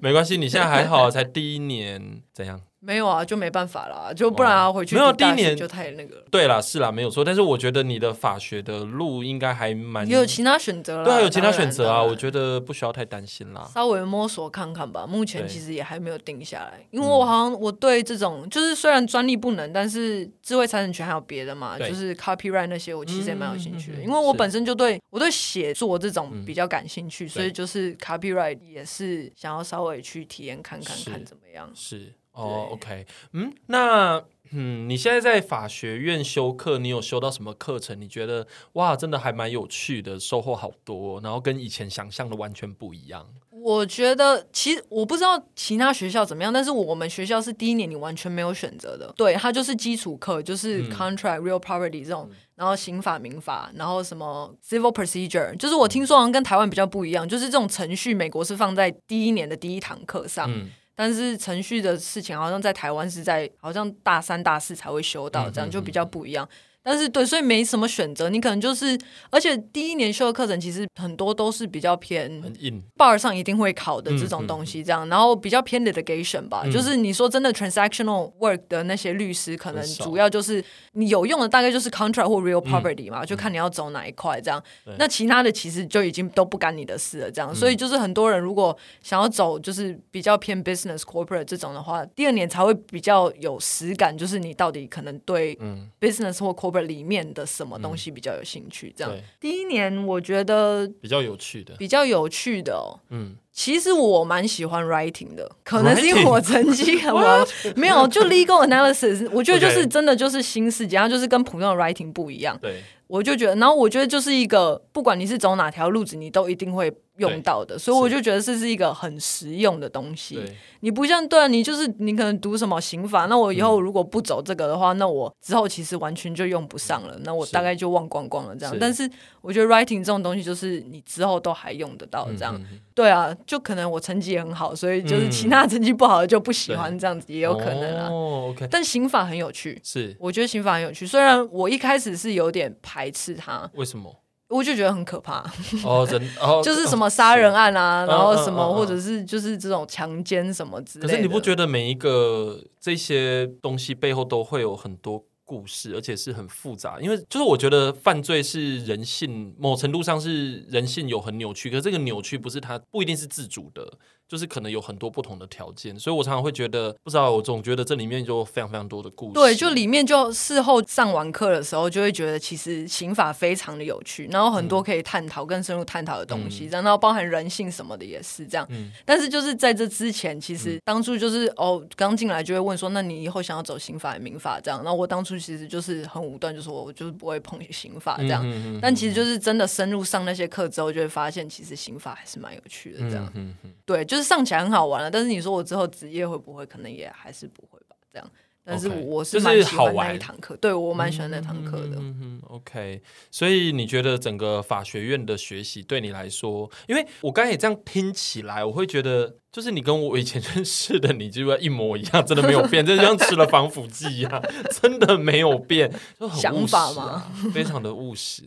[SPEAKER 1] 没关系，你现在还好啊，才第一年，怎样？
[SPEAKER 2] 没有啊，就没办法啦，就不然啊，回去
[SPEAKER 1] 没有
[SPEAKER 2] 读大
[SPEAKER 1] 第一
[SPEAKER 2] 学
[SPEAKER 1] 年
[SPEAKER 2] 就太那个了，
[SPEAKER 1] 对啦，是啦，没有错，但是我觉得你的法学的路应该还蛮
[SPEAKER 2] 也有其他选择啦。
[SPEAKER 1] 对啊，有其他
[SPEAKER 2] 当然
[SPEAKER 1] 选择啊，
[SPEAKER 2] 当然
[SPEAKER 1] 我觉得不需要太担心啦。
[SPEAKER 2] 稍微摸索看看吧。目前
[SPEAKER 1] 啊对嗯
[SPEAKER 2] 其实也还没有定下来，因为我好像我对这种就是虽然专利不能，但是智慧财产权还有别的嘛，
[SPEAKER 1] 对
[SPEAKER 2] 就是 copyright 那些，我其实也蛮有兴趣
[SPEAKER 1] 嗯
[SPEAKER 2] 的。
[SPEAKER 1] 嗯嗯嗯
[SPEAKER 2] 因为我
[SPEAKER 1] 是
[SPEAKER 2] 本身就对我对写作这种
[SPEAKER 1] 嗯
[SPEAKER 2] 比较感兴趣，所以
[SPEAKER 1] 对
[SPEAKER 2] 就是 copyright 也是想要稍微去体验看看
[SPEAKER 1] 是
[SPEAKER 2] 看怎么样。
[SPEAKER 1] 是哦，OK，嗯，那嗯，你现在在法学院修课，你有修到什么课程？你觉得哇，真的还蛮有趣的，收获好多，然后跟以前想象的完全不一样。
[SPEAKER 2] 我觉得其实我不知道其他学校怎么样，但是我们学校是第一年你完全没有选择的，对，它就是基础课，就是
[SPEAKER 1] 嗯
[SPEAKER 2] contract、real property 这种，然后刑法、民法，然后什么 civil procedure，就是
[SPEAKER 1] 嗯
[SPEAKER 2] 我听说好像跟台湾比较不一样，就是这种程序，美国是放在第一年的第一堂课上，
[SPEAKER 1] 嗯，
[SPEAKER 2] 但是程序的事情好像在台湾是在好像大三大四才会修到，
[SPEAKER 1] 嗯
[SPEAKER 2] 这样
[SPEAKER 1] 嗯
[SPEAKER 2] 就
[SPEAKER 1] 嗯
[SPEAKER 2] 比较不一样。但是对，所以没什么选择，你可能就是，而且第一年修的课程其实很多都是比较偏
[SPEAKER 1] 很硬，
[SPEAKER 2] bar 上一定会考的这种东西，这样，然后比较偏 litigation 吧，
[SPEAKER 1] 嗯
[SPEAKER 2] 就是你说真的 transactional work 的那些律师，可能
[SPEAKER 1] 很少嗯
[SPEAKER 2] 主要就是你有用的大概就是 contract 或 real property 嘛，就看你要走哪一块这样
[SPEAKER 1] 对。嗯
[SPEAKER 2] 那其他的其实就已经都不干你的事了，这样。所以就是很多人如果想要走就是比较偏 business corporate 这种的话，第二年才会比较有实感，就是你到底可能对
[SPEAKER 1] 嗯，
[SPEAKER 2] business 或 corporate 里面的什么东西比较有兴趣，这样。
[SPEAKER 1] 对，
[SPEAKER 2] 第一年我觉得
[SPEAKER 1] 比较有趣的，
[SPEAKER 2] 比较有趣的、哦。
[SPEAKER 1] 嗯，
[SPEAKER 2] 其实我蛮喜欢 writing 的，可能是因为我 成绩很好，没有就 legal analysis，我觉得就是
[SPEAKER 1] OK
[SPEAKER 2] 真的就是新世界，它就是跟普通的 writing 不一样。
[SPEAKER 1] 对，
[SPEAKER 2] 我就觉得，然后我觉得就是一个，不管你是走哪条路子，你都一定会用到的，所以我就觉得这是一个很实用的东西。
[SPEAKER 1] 对，
[SPEAKER 2] 你不像对啊，你就是你可能读什么刑法，那我以
[SPEAKER 1] 嗯
[SPEAKER 2] 后如果不走这个的话，那我之后其实完全就用不上了，那我
[SPEAKER 1] 是
[SPEAKER 2] 大概就忘光光了这样。
[SPEAKER 1] 是
[SPEAKER 2] 但是我觉得 writing 这种东西，就是你之后都还用得到这样。
[SPEAKER 1] 嗯
[SPEAKER 2] 对啊，就可能我成绩也很好，所以就是
[SPEAKER 1] 嗯
[SPEAKER 2] 其他成绩不好的就不喜欢这样子，也有可能啊。
[SPEAKER 1] 哦，OK，
[SPEAKER 2] 但刑法很有趣，
[SPEAKER 1] 是
[SPEAKER 2] 我觉得刑法很有趣，虽然我一开始是有点排斥它，
[SPEAKER 1] 为什么？
[SPEAKER 2] 我就觉得很可怕。
[SPEAKER 1] 哦，人哦，
[SPEAKER 2] 就是什么杀人案啊，
[SPEAKER 1] 是
[SPEAKER 2] 然后
[SPEAKER 1] 嗯
[SPEAKER 2] 什
[SPEAKER 1] 嗯嗯
[SPEAKER 2] 么，
[SPEAKER 1] 嗯
[SPEAKER 2] 或者是就是这种强奸什么之类
[SPEAKER 1] 可
[SPEAKER 2] 的。嗯
[SPEAKER 1] 是你不觉得每一个这些东西背后都会有很多故事，而且是很复杂？因为就是我觉得犯罪是人性，某程度上是人性有很扭曲，可是这个扭曲不是它不一定是自主的，就是可能有很多不同的条件，所以我常常会觉得不知道，我总觉得这里面就非常非常多的故事。
[SPEAKER 2] 对，就里面就事后上完课的时候，就会觉得其实刑法非常的有趣，然后很
[SPEAKER 1] 嗯
[SPEAKER 2] 多可以探讨、更深入探讨的东西，然后包含人性什么的也是这样。
[SPEAKER 1] 嗯
[SPEAKER 2] 但是就是在这之前，其实当初就是哦，刚进来就会问说，那你以后想要走刑法还是民法这样？然后我当初其实就是很武断，就说我就是不会碰刑法这样。
[SPEAKER 1] 嗯嗯嗯
[SPEAKER 2] 但其实就是真的深入上那些课之后，就会发现其实刑法还是蛮有趣的这样。
[SPEAKER 1] 嗯嗯
[SPEAKER 2] 对，就是上起来很好玩了，但是你说我之后职业会不会，可能也还是不会吧，这样。但是
[SPEAKER 1] OK，
[SPEAKER 2] 我
[SPEAKER 1] 就是是
[SPEAKER 2] 蛮喜
[SPEAKER 1] 好
[SPEAKER 2] 欢那
[SPEAKER 1] 玩
[SPEAKER 2] 一堂课，对我蛮喜欢那堂课的。
[SPEAKER 1] 嗯哼，OK。所以你觉得整个法学院的学习对你来说，因为我刚才也这样听起来，我会觉得就是你跟我以前认识的你，就一模一样，真的没有变，真的像吃了防腐剂一样，真的没有变，就很务
[SPEAKER 2] 想
[SPEAKER 1] 实、
[SPEAKER 2] 法
[SPEAKER 1] 啊
[SPEAKER 2] 吗，
[SPEAKER 1] 非常的务实。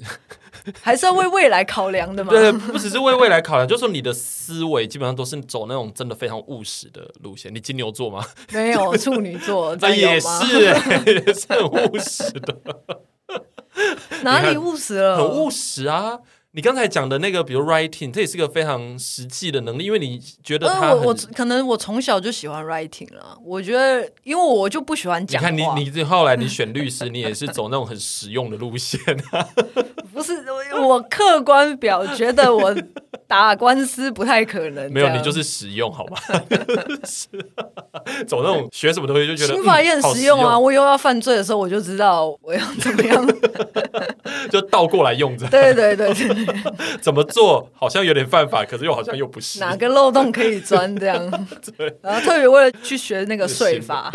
[SPEAKER 2] 还是要为未来考量的嘛。
[SPEAKER 1] 对，不只是为未来考量，就是说你的思维基本上都是走那种真的非常务实的路线。你金牛座吗？
[SPEAKER 2] 没有处女 座，
[SPEAKER 1] 啊，
[SPEAKER 2] 真有
[SPEAKER 1] 也
[SPEAKER 2] 吗？
[SPEAKER 1] 是、欸，也是很务实的。
[SPEAKER 2] 哪里务实了？
[SPEAKER 1] 很务实啊。你刚才讲的那个，比如 writing，这也是个非常实际的能力，因为你觉得
[SPEAKER 2] 呃
[SPEAKER 1] 他很
[SPEAKER 2] 我我可能我从小就喜欢 writing 了，我觉得因为我就不喜欢
[SPEAKER 1] 你
[SPEAKER 2] 讲话，
[SPEAKER 1] 看你你这后来你选律师， 你也是走那种很实用的路线，啊
[SPEAKER 2] 不是我我客观表觉得我打官司不太可能，
[SPEAKER 1] 没有
[SPEAKER 2] 这样
[SPEAKER 1] 你就是实用，好吗？ 是走那种学什么东西就觉得
[SPEAKER 2] 刑法也
[SPEAKER 1] 嗯好
[SPEAKER 2] 很
[SPEAKER 1] 实
[SPEAKER 2] 实用啊。我以后要犯罪的时候，我就知道我要怎么 样。
[SPEAKER 1] 用就倒过来用着，
[SPEAKER 2] 对对对对，
[SPEAKER 1] 怎么做好像有点犯法，可是又好像又不是。
[SPEAKER 2] 哪个漏洞可以钻这样？
[SPEAKER 1] 对，
[SPEAKER 2] 然后特别为了去学那个税法，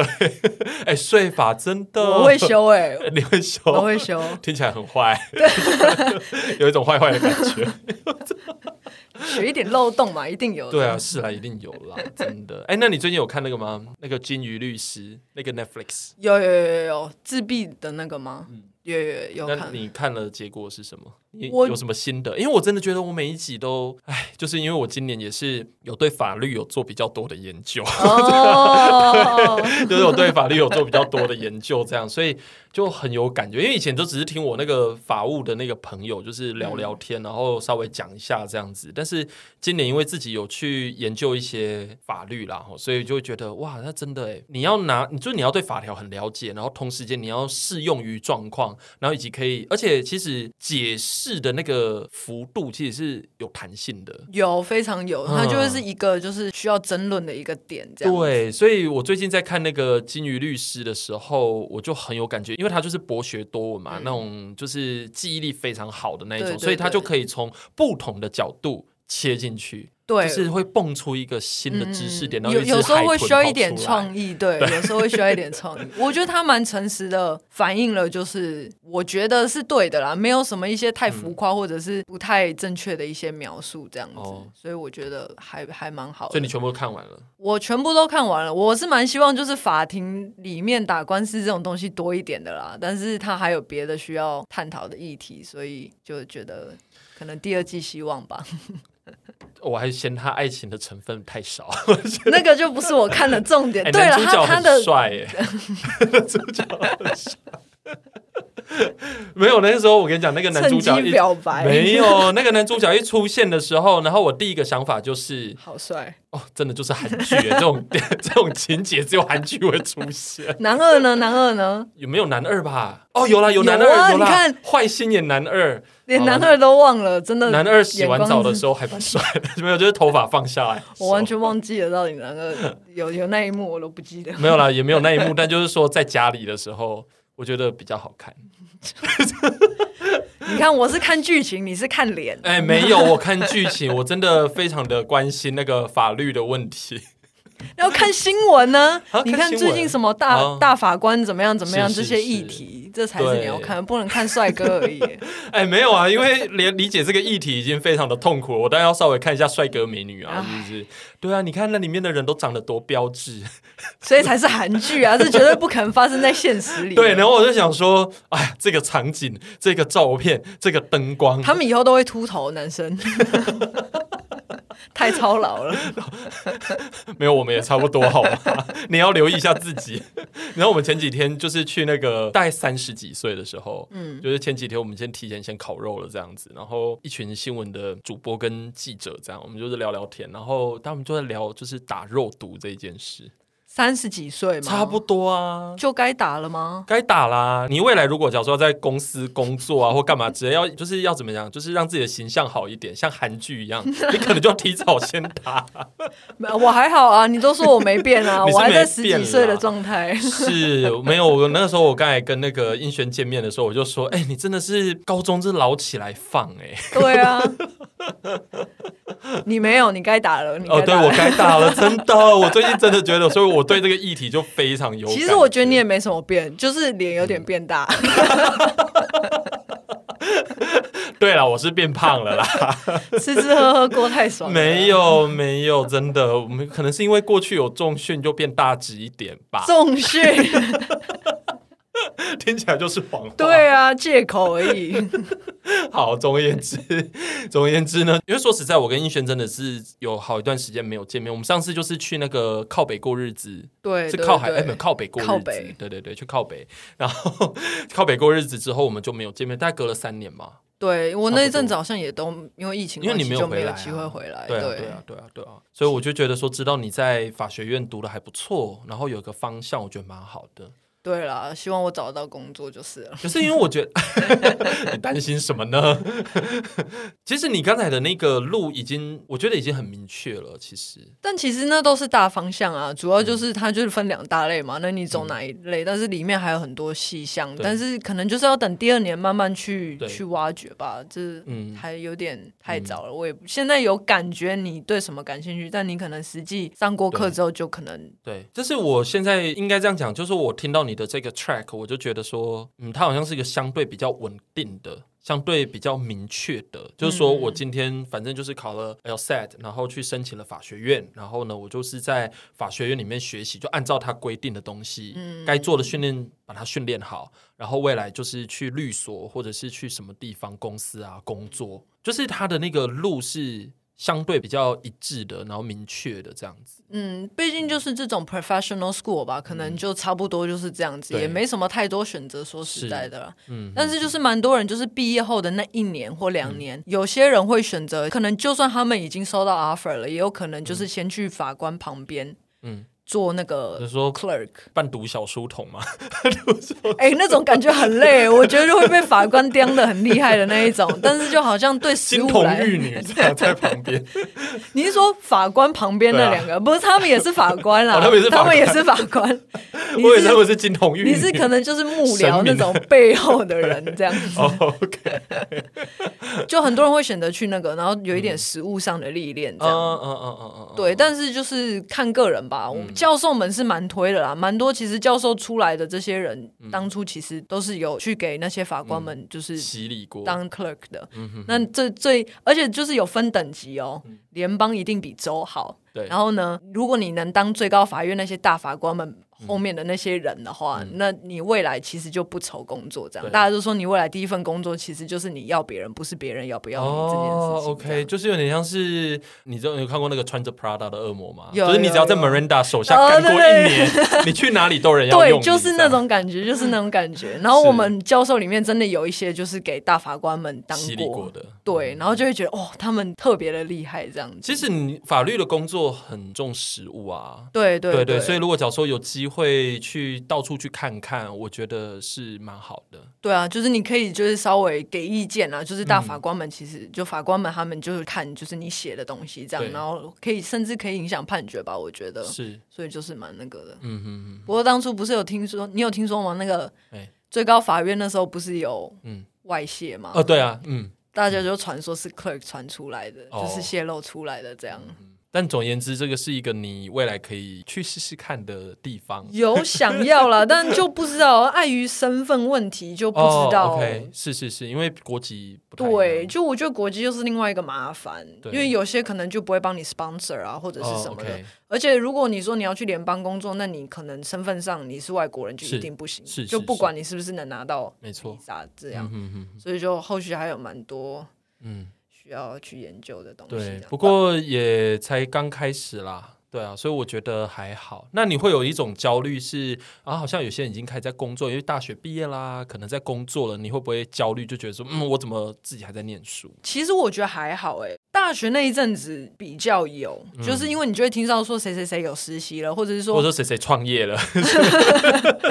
[SPEAKER 1] 哎，税法真的
[SPEAKER 2] 我会，修哎、
[SPEAKER 1] 你会修，
[SPEAKER 2] 我会修，
[SPEAKER 1] 听起来很坏， 有一种坏坏的感觉。
[SPEAKER 2] 学一点漏洞嘛，一定有 的。
[SPEAKER 1] 对 啊，是啦，一定有啦， 真的。哎、那你最近有看那个吗？那个《金鱼律师》那个 Netflix，
[SPEAKER 2] 有有有有有自闭的那个吗？有有有有
[SPEAKER 1] 那
[SPEAKER 2] 看。
[SPEAKER 1] 你看了结果是什么？你
[SPEAKER 2] 我
[SPEAKER 1] 有什么心得？因为我真的觉得我每一集都，哎，就是因为我今年也是有对法律有做比较多的研究，
[SPEAKER 2] 哦，
[SPEAKER 1] 就是我对法律有做比较多的研究，这样，所以就很有感觉。因为以前都只是听我那个法务的那个朋友，就是聊聊天，然后稍微讲一下这样子。但是今年因为自己有去研究一些法律啦，吼所以就会觉得哇，那真的哎，你要拿，你就你要对法条很了解，然后同时间你要适用于状况，然后以及可以，而且其实解释的那个幅度其实是有弹性的。
[SPEAKER 2] 有非常有，它就会是一个就是需要争论的一个点，这样。
[SPEAKER 1] 对，所以我最近在看那个《金鱼律师》的时候，我就很有感觉，因为他就是博学多闻嘛，那种就是记忆力非常好的那一种，
[SPEAKER 2] 嗯对对
[SPEAKER 1] 所以他就
[SPEAKER 2] 对
[SPEAKER 1] 可以从不同的角度切进去，
[SPEAKER 2] 对，
[SPEAKER 1] 就是会蹦出一个新的知识点，然后
[SPEAKER 2] 嗯有
[SPEAKER 1] 一只
[SPEAKER 2] 有时候
[SPEAKER 1] 海
[SPEAKER 2] 会
[SPEAKER 1] 豚
[SPEAKER 2] 需要
[SPEAKER 1] 跑
[SPEAKER 2] 一点
[SPEAKER 1] 出来
[SPEAKER 2] 创意，对，有时候会需要一点创意。我觉得他蛮诚实的反映了，就是我觉得是对的啦，没有什么一些太浮
[SPEAKER 1] 嗯
[SPEAKER 2] 夸或者是不太正确的一些描述这样子，
[SPEAKER 1] 哦
[SPEAKER 2] 所以我觉得还还蛮好
[SPEAKER 1] 所以
[SPEAKER 2] 的
[SPEAKER 1] 你。全部都看完了，
[SPEAKER 2] 我全部都看完了，我是蛮希望就是法庭里面打官司这种东西多一点的啦，但是他还有别的需要探讨的议题，所以就觉得可能第二季希望吧，
[SPEAKER 1] 我还嫌他爱情的成分太少。
[SPEAKER 2] 那个就不是我看的重点。
[SPEAKER 1] 哎，
[SPEAKER 2] 对了，
[SPEAKER 1] 男主角
[SPEAKER 2] 他他的
[SPEAKER 1] 很帅耶，男主角很帅。没有，那时候我跟你讲，那个男主
[SPEAKER 2] 趁
[SPEAKER 1] 角
[SPEAKER 2] 机
[SPEAKER 1] 一
[SPEAKER 2] 表白，
[SPEAKER 1] 没有那个男主角一出现的时候，然后我第一个想法就是，
[SPEAKER 2] 好帅。
[SPEAKER 1] 哦，真的就是韩剧耶，这种 这种情节只有韩剧会出 现。
[SPEAKER 2] 男二呢？男二呢？
[SPEAKER 1] 有没有男二吧？哦，有啦，有男二，
[SPEAKER 2] 有啊
[SPEAKER 1] 啦，
[SPEAKER 2] 你看嗯
[SPEAKER 1] 坏心眼男二，
[SPEAKER 2] 连
[SPEAKER 1] 好
[SPEAKER 2] 男二都忘了，真的。
[SPEAKER 1] 男二洗完澡的
[SPEAKER 2] 候，
[SPEAKER 1] 时候还蛮帅的，没有，就是头发放下来。
[SPEAKER 2] 我完全忘记了到底男二 有有那一幕我都不记得。
[SPEAKER 1] 没有啦，也没有那一幕，但就是说在家里的时候，我觉得比较 好看。
[SPEAKER 2] 你看，我是看剧情，你是看脸。
[SPEAKER 1] 哎，没有，我看剧情，我真的非常的关心那个法律的问题。
[SPEAKER 2] 要看新闻呢、
[SPEAKER 1] 啊
[SPEAKER 2] 你
[SPEAKER 1] 看
[SPEAKER 2] 看
[SPEAKER 1] 新闻
[SPEAKER 2] 最近什么大、
[SPEAKER 1] 啊
[SPEAKER 2] 大法官怎么样怎么样
[SPEAKER 1] 是是
[SPEAKER 2] 这些议题，这才是你要看，不能看帅哥而已。
[SPEAKER 1] 哎，没有啊，因为连理解这个议题已经非常的痛苦了，我当然要稍微看一下帅哥美女啊，是不是？对啊，你看那里面的人都长得多标致，
[SPEAKER 2] 所以才是韩剧啊，这绝对不可能发生在现实 里。
[SPEAKER 1] 对。然后我就想说，哎呀，这个场景、这个照片、这个灯光，
[SPEAKER 2] 他们以后都会秃头，男生 太操劳了。
[SPEAKER 1] 没有，我们也差不多好吗？ 你要留意一下自己。 然后我们前几天就是去那个大概三十几岁的时候，嗯，就是前几天我们先提前先烤肉了这样子，然后一群新闻的主播跟记者这样，我们就是聊聊天，然后他们就在聊就是打肉毒这一件事，
[SPEAKER 2] 三十几岁嘛，
[SPEAKER 1] 差不多啊。
[SPEAKER 2] 就该打了吗？
[SPEAKER 1] 该打啦！你未来如果假如说要在公司工作啊，或 干嘛之类，要就是要怎么样，就是让自己的形象好一点，像韩剧一 样，你可能就要提早先打。
[SPEAKER 2] 没有我还好啊，你都说我没变啊，
[SPEAKER 1] 你是
[SPEAKER 2] 我还在
[SPEAKER 1] 没
[SPEAKER 2] 十
[SPEAKER 1] 变啊
[SPEAKER 2] 几岁
[SPEAKER 1] 啦
[SPEAKER 2] 的状态。
[SPEAKER 1] 是没有，我那个时候我刚才跟那个英璇见面的时候，我就说，哎、你真的是高中是老起来放哎、
[SPEAKER 2] 对啊， 你没有，你该打了。你该
[SPEAKER 1] 哦，对
[SPEAKER 2] 打了
[SPEAKER 1] 我该打 了，真的，我最近真的觉得，所以我对这个议题就非常有感。嗯
[SPEAKER 2] 其实我觉得你也没什么变，就是脸有点变大。
[SPEAKER 1] 对啦，我是变胖 了啦，
[SPEAKER 2] 吃吃喝喝过太爽了，
[SPEAKER 1] 没有没有，真的，我们可能是因为过去有重训就变大只一点吧，
[SPEAKER 2] 重训，
[SPEAKER 1] 听起来就是谎话。
[SPEAKER 2] 对啊，借口而已。
[SPEAKER 1] 好，总而言之， 总而言之呢，因为说实在，我跟英璇真的是有好一段时间没有见面。我们上次就是去那个靠北过日子，
[SPEAKER 2] 对，
[SPEAKER 1] 是
[SPEAKER 2] 对
[SPEAKER 1] 靠海，哎，
[SPEAKER 2] 对
[SPEAKER 1] 没有靠北过日
[SPEAKER 2] 靠
[SPEAKER 1] 子
[SPEAKER 2] 北，
[SPEAKER 1] 对对对，去靠北，然后 靠北过日子之后，我们就没有见面，大概隔了三年嘛，
[SPEAKER 2] 对我那一阵子好像也都因为疫情
[SPEAKER 1] 因为
[SPEAKER 2] 关
[SPEAKER 1] 你
[SPEAKER 2] 系，
[SPEAKER 1] 没有
[SPEAKER 2] 就
[SPEAKER 1] 回
[SPEAKER 2] 没
[SPEAKER 1] 来
[SPEAKER 2] 有
[SPEAKER 1] 啊
[SPEAKER 2] 机会回来。
[SPEAKER 1] 对啊，对啊，对啊，对啊，所以我就觉得说，知道你在法学院读的还不错，然后有个方向，我觉得蛮好的。
[SPEAKER 2] 对啦，希望我找得到工作就是了。
[SPEAKER 1] 可是因为我觉得，你担心什么呢？ 其实你刚才的那个路已经，我觉得已经很明确了。其实，
[SPEAKER 2] 但其实那都是大方向啊，主要
[SPEAKER 1] 嗯
[SPEAKER 2] 就是它就是分两大类嘛，那你走哪一类？但是里面还有很多细项，
[SPEAKER 1] 对
[SPEAKER 2] 但是可能就是要等第二年慢慢去
[SPEAKER 1] 对
[SPEAKER 2] 去挖掘吧，这
[SPEAKER 1] 嗯
[SPEAKER 2] 还有点太早了。我也不现在有感觉你对什么感兴趣，但你可能实际上过课
[SPEAKER 1] 对
[SPEAKER 2] 之后就可能
[SPEAKER 1] 对，就是我现在应该这样讲，就是我听到你的这个 track，我就觉得说，嗯，它好像是一个相对比较稳定的。相对比较明确的，就是说我今天反正就是考了 LSAT，然后去申请了法学院，然后呢，我就是在法学院里面学习，就按照它规定的东西，该做的训练把它训练好，然后未来就是去律所或者是去什么地方公司啊工作，就是它的那个路是相对比较一致的，然后明确的这样子。
[SPEAKER 2] 嗯，毕竟就是这种 professional school 吧，可能就差不多就是这样子，
[SPEAKER 1] 嗯对
[SPEAKER 2] 也没什么太多选择。说实在的啦，
[SPEAKER 1] 嗯，
[SPEAKER 2] 但是就是蛮多人就是毕业后的那一年或两年，有些人会选择，可能就算他们已经收到 offer 了，也有可能就是先去法官旁边，
[SPEAKER 1] 嗯
[SPEAKER 2] 嗯，做那
[SPEAKER 1] 就
[SPEAKER 2] 个
[SPEAKER 1] 是说
[SPEAKER 2] clerk。
[SPEAKER 1] 半读小书童 嘛，
[SPEAKER 2] 哎、那种感觉很累，我觉得就会被法官刁的很厉害的那一种。但是就好像对十
[SPEAKER 1] 金
[SPEAKER 2] 五
[SPEAKER 1] 童
[SPEAKER 2] 来，
[SPEAKER 1] 玉女这样在旁边，
[SPEAKER 2] 你是说法官旁边
[SPEAKER 1] 对
[SPEAKER 2] 那
[SPEAKER 1] 啊
[SPEAKER 2] 两个？不是，他们也是法官啦，
[SPEAKER 1] 哦他们也是法官。
[SPEAKER 2] 也是法官
[SPEAKER 1] 我以为
[SPEAKER 2] 你是
[SPEAKER 1] 他们是金童玉女。
[SPEAKER 2] 你是可能就是幕
[SPEAKER 1] 神
[SPEAKER 2] 僚
[SPEAKER 1] 明，
[SPEAKER 2] 那种背后的人，这样子
[SPEAKER 1] 哦，OK，
[SPEAKER 2] 就很多人会选择去那个，然后有一点实物上的历练这
[SPEAKER 1] 嗯
[SPEAKER 2] 样。
[SPEAKER 1] 嗯嗯嗯嗯，
[SPEAKER 2] 对，但是就是看个人吧。我教授们是蛮推的啦，蛮多其实教授出来的这些人，当初其实都是有去给那些法官们就是
[SPEAKER 1] 洗礼过，
[SPEAKER 2] 当 clerk 的。那最最，而且就是有分等级哦，联邦一定比州好。
[SPEAKER 1] 对，
[SPEAKER 2] 然后呢，如果你能当最高法院那些大法官们后面的那些人的话，那你未来其实就不愁工作这样。
[SPEAKER 1] 嗯对
[SPEAKER 2] 大家都说你未来第一份工作其实就是你要别人，不是别人要不要你这件事
[SPEAKER 1] 哦
[SPEAKER 2] 情。这样
[SPEAKER 1] ，OK，就是有点像是你知道你有看过那个穿着 Prada 的恶魔吗？
[SPEAKER 2] 有
[SPEAKER 1] 就是你只要在
[SPEAKER 2] 有
[SPEAKER 1] Miranda 手下
[SPEAKER 2] 哦
[SPEAKER 1] 干过
[SPEAKER 2] 对
[SPEAKER 1] 一年，你去哪里都有人要用
[SPEAKER 2] 对，
[SPEAKER 1] 你
[SPEAKER 2] 就是
[SPEAKER 1] 这
[SPEAKER 2] 那
[SPEAKER 1] 样
[SPEAKER 2] 种 感觉，就是那种感觉。然后
[SPEAKER 1] 是
[SPEAKER 2] 我们教授里面真的有一些就是给大法官们当
[SPEAKER 1] 洗礼
[SPEAKER 2] 过，
[SPEAKER 1] 过的。
[SPEAKER 2] 对，然后就会觉得哦，他们特别的厉害这样子。
[SPEAKER 1] 其实你法律的工作很重实务啊。
[SPEAKER 2] 对对
[SPEAKER 1] 对
[SPEAKER 2] 对，
[SPEAKER 1] 所以如果假如说有机会去到处去看看，我觉得是蛮好的。
[SPEAKER 2] 对啊，就是你可以就是稍微给意见啊，就是大
[SPEAKER 1] 嗯
[SPEAKER 2] 法官们其实、就法官们他们就是看就是你写的东西这
[SPEAKER 1] 对
[SPEAKER 2] 样，然后可以甚至可以影响判决吧，我觉得，
[SPEAKER 1] 是，
[SPEAKER 2] 所以就是蛮那个的。
[SPEAKER 1] 嗯哼
[SPEAKER 2] 不过当初不是有听说，你有听说吗？那个
[SPEAKER 1] 哎
[SPEAKER 2] 最高法院那时候不是有
[SPEAKER 1] 嗯
[SPEAKER 2] 外泄吗？
[SPEAKER 1] 哼，哦，对啊，嗯。
[SPEAKER 2] 大家就传说是 clerk 传出来的，
[SPEAKER 1] 哦嗯
[SPEAKER 2] 就是泄露出来的这样。
[SPEAKER 1] 但总而言之，这个是一个你未来可以去试试看的地方。
[SPEAKER 2] 有想要啦，但就不知道，碍于身份问题就不知道。
[SPEAKER 1] 哦、，OK，是是是，因为国籍不太一样
[SPEAKER 2] 对，就我觉得国际又是另外一个麻烦，
[SPEAKER 1] 对
[SPEAKER 2] 因为有些可能就不会帮你 sponsor 啊，或者是什
[SPEAKER 1] 哦
[SPEAKER 2] 么的。
[SPEAKER 1] ，OK，
[SPEAKER 2] 而且如果你说你要去联邦工作，那你可能身份上你是外国人，就是一定不行，
[SPEAKER 1] 是是
[SPEAKER 2] 就是不管你是不是能拿到
[SPEAKER 1] 没错
[SPEAKER 2] 披。萨这
[SPEAKER 1] 嗯
[SPEAKER 2] 样，
[SPEAKER 1] 哼哼，
[SPEAKER 2] 所以就后续还有蛮多
[SPEAKER 1] 嗯，
[SPEAKER 2] 需要去研究的东西这
[SPEAKER 1] 对
[SPEAKER 2] 样。，
[SPEAKER 1] 不过也才刚开始啦，对啊，所以我觉得还好。那你会有一种焦虑是啊，好像有些人已经开始在工作，因为大学毕业啦，可能在工作了，你会不会焦虑？就觉得说，嗯，我怎么自己还在念书？
[SPEAKER 2] 其实我觉得还好诶、大学那一阵子比较有，就是因为你就会听到说谁谁谁有实习了，或者是
[SPEAKER 1] 嗯或者
[SPEAKER 2] 说
[SPEAKER 1] 说谁谁创业 了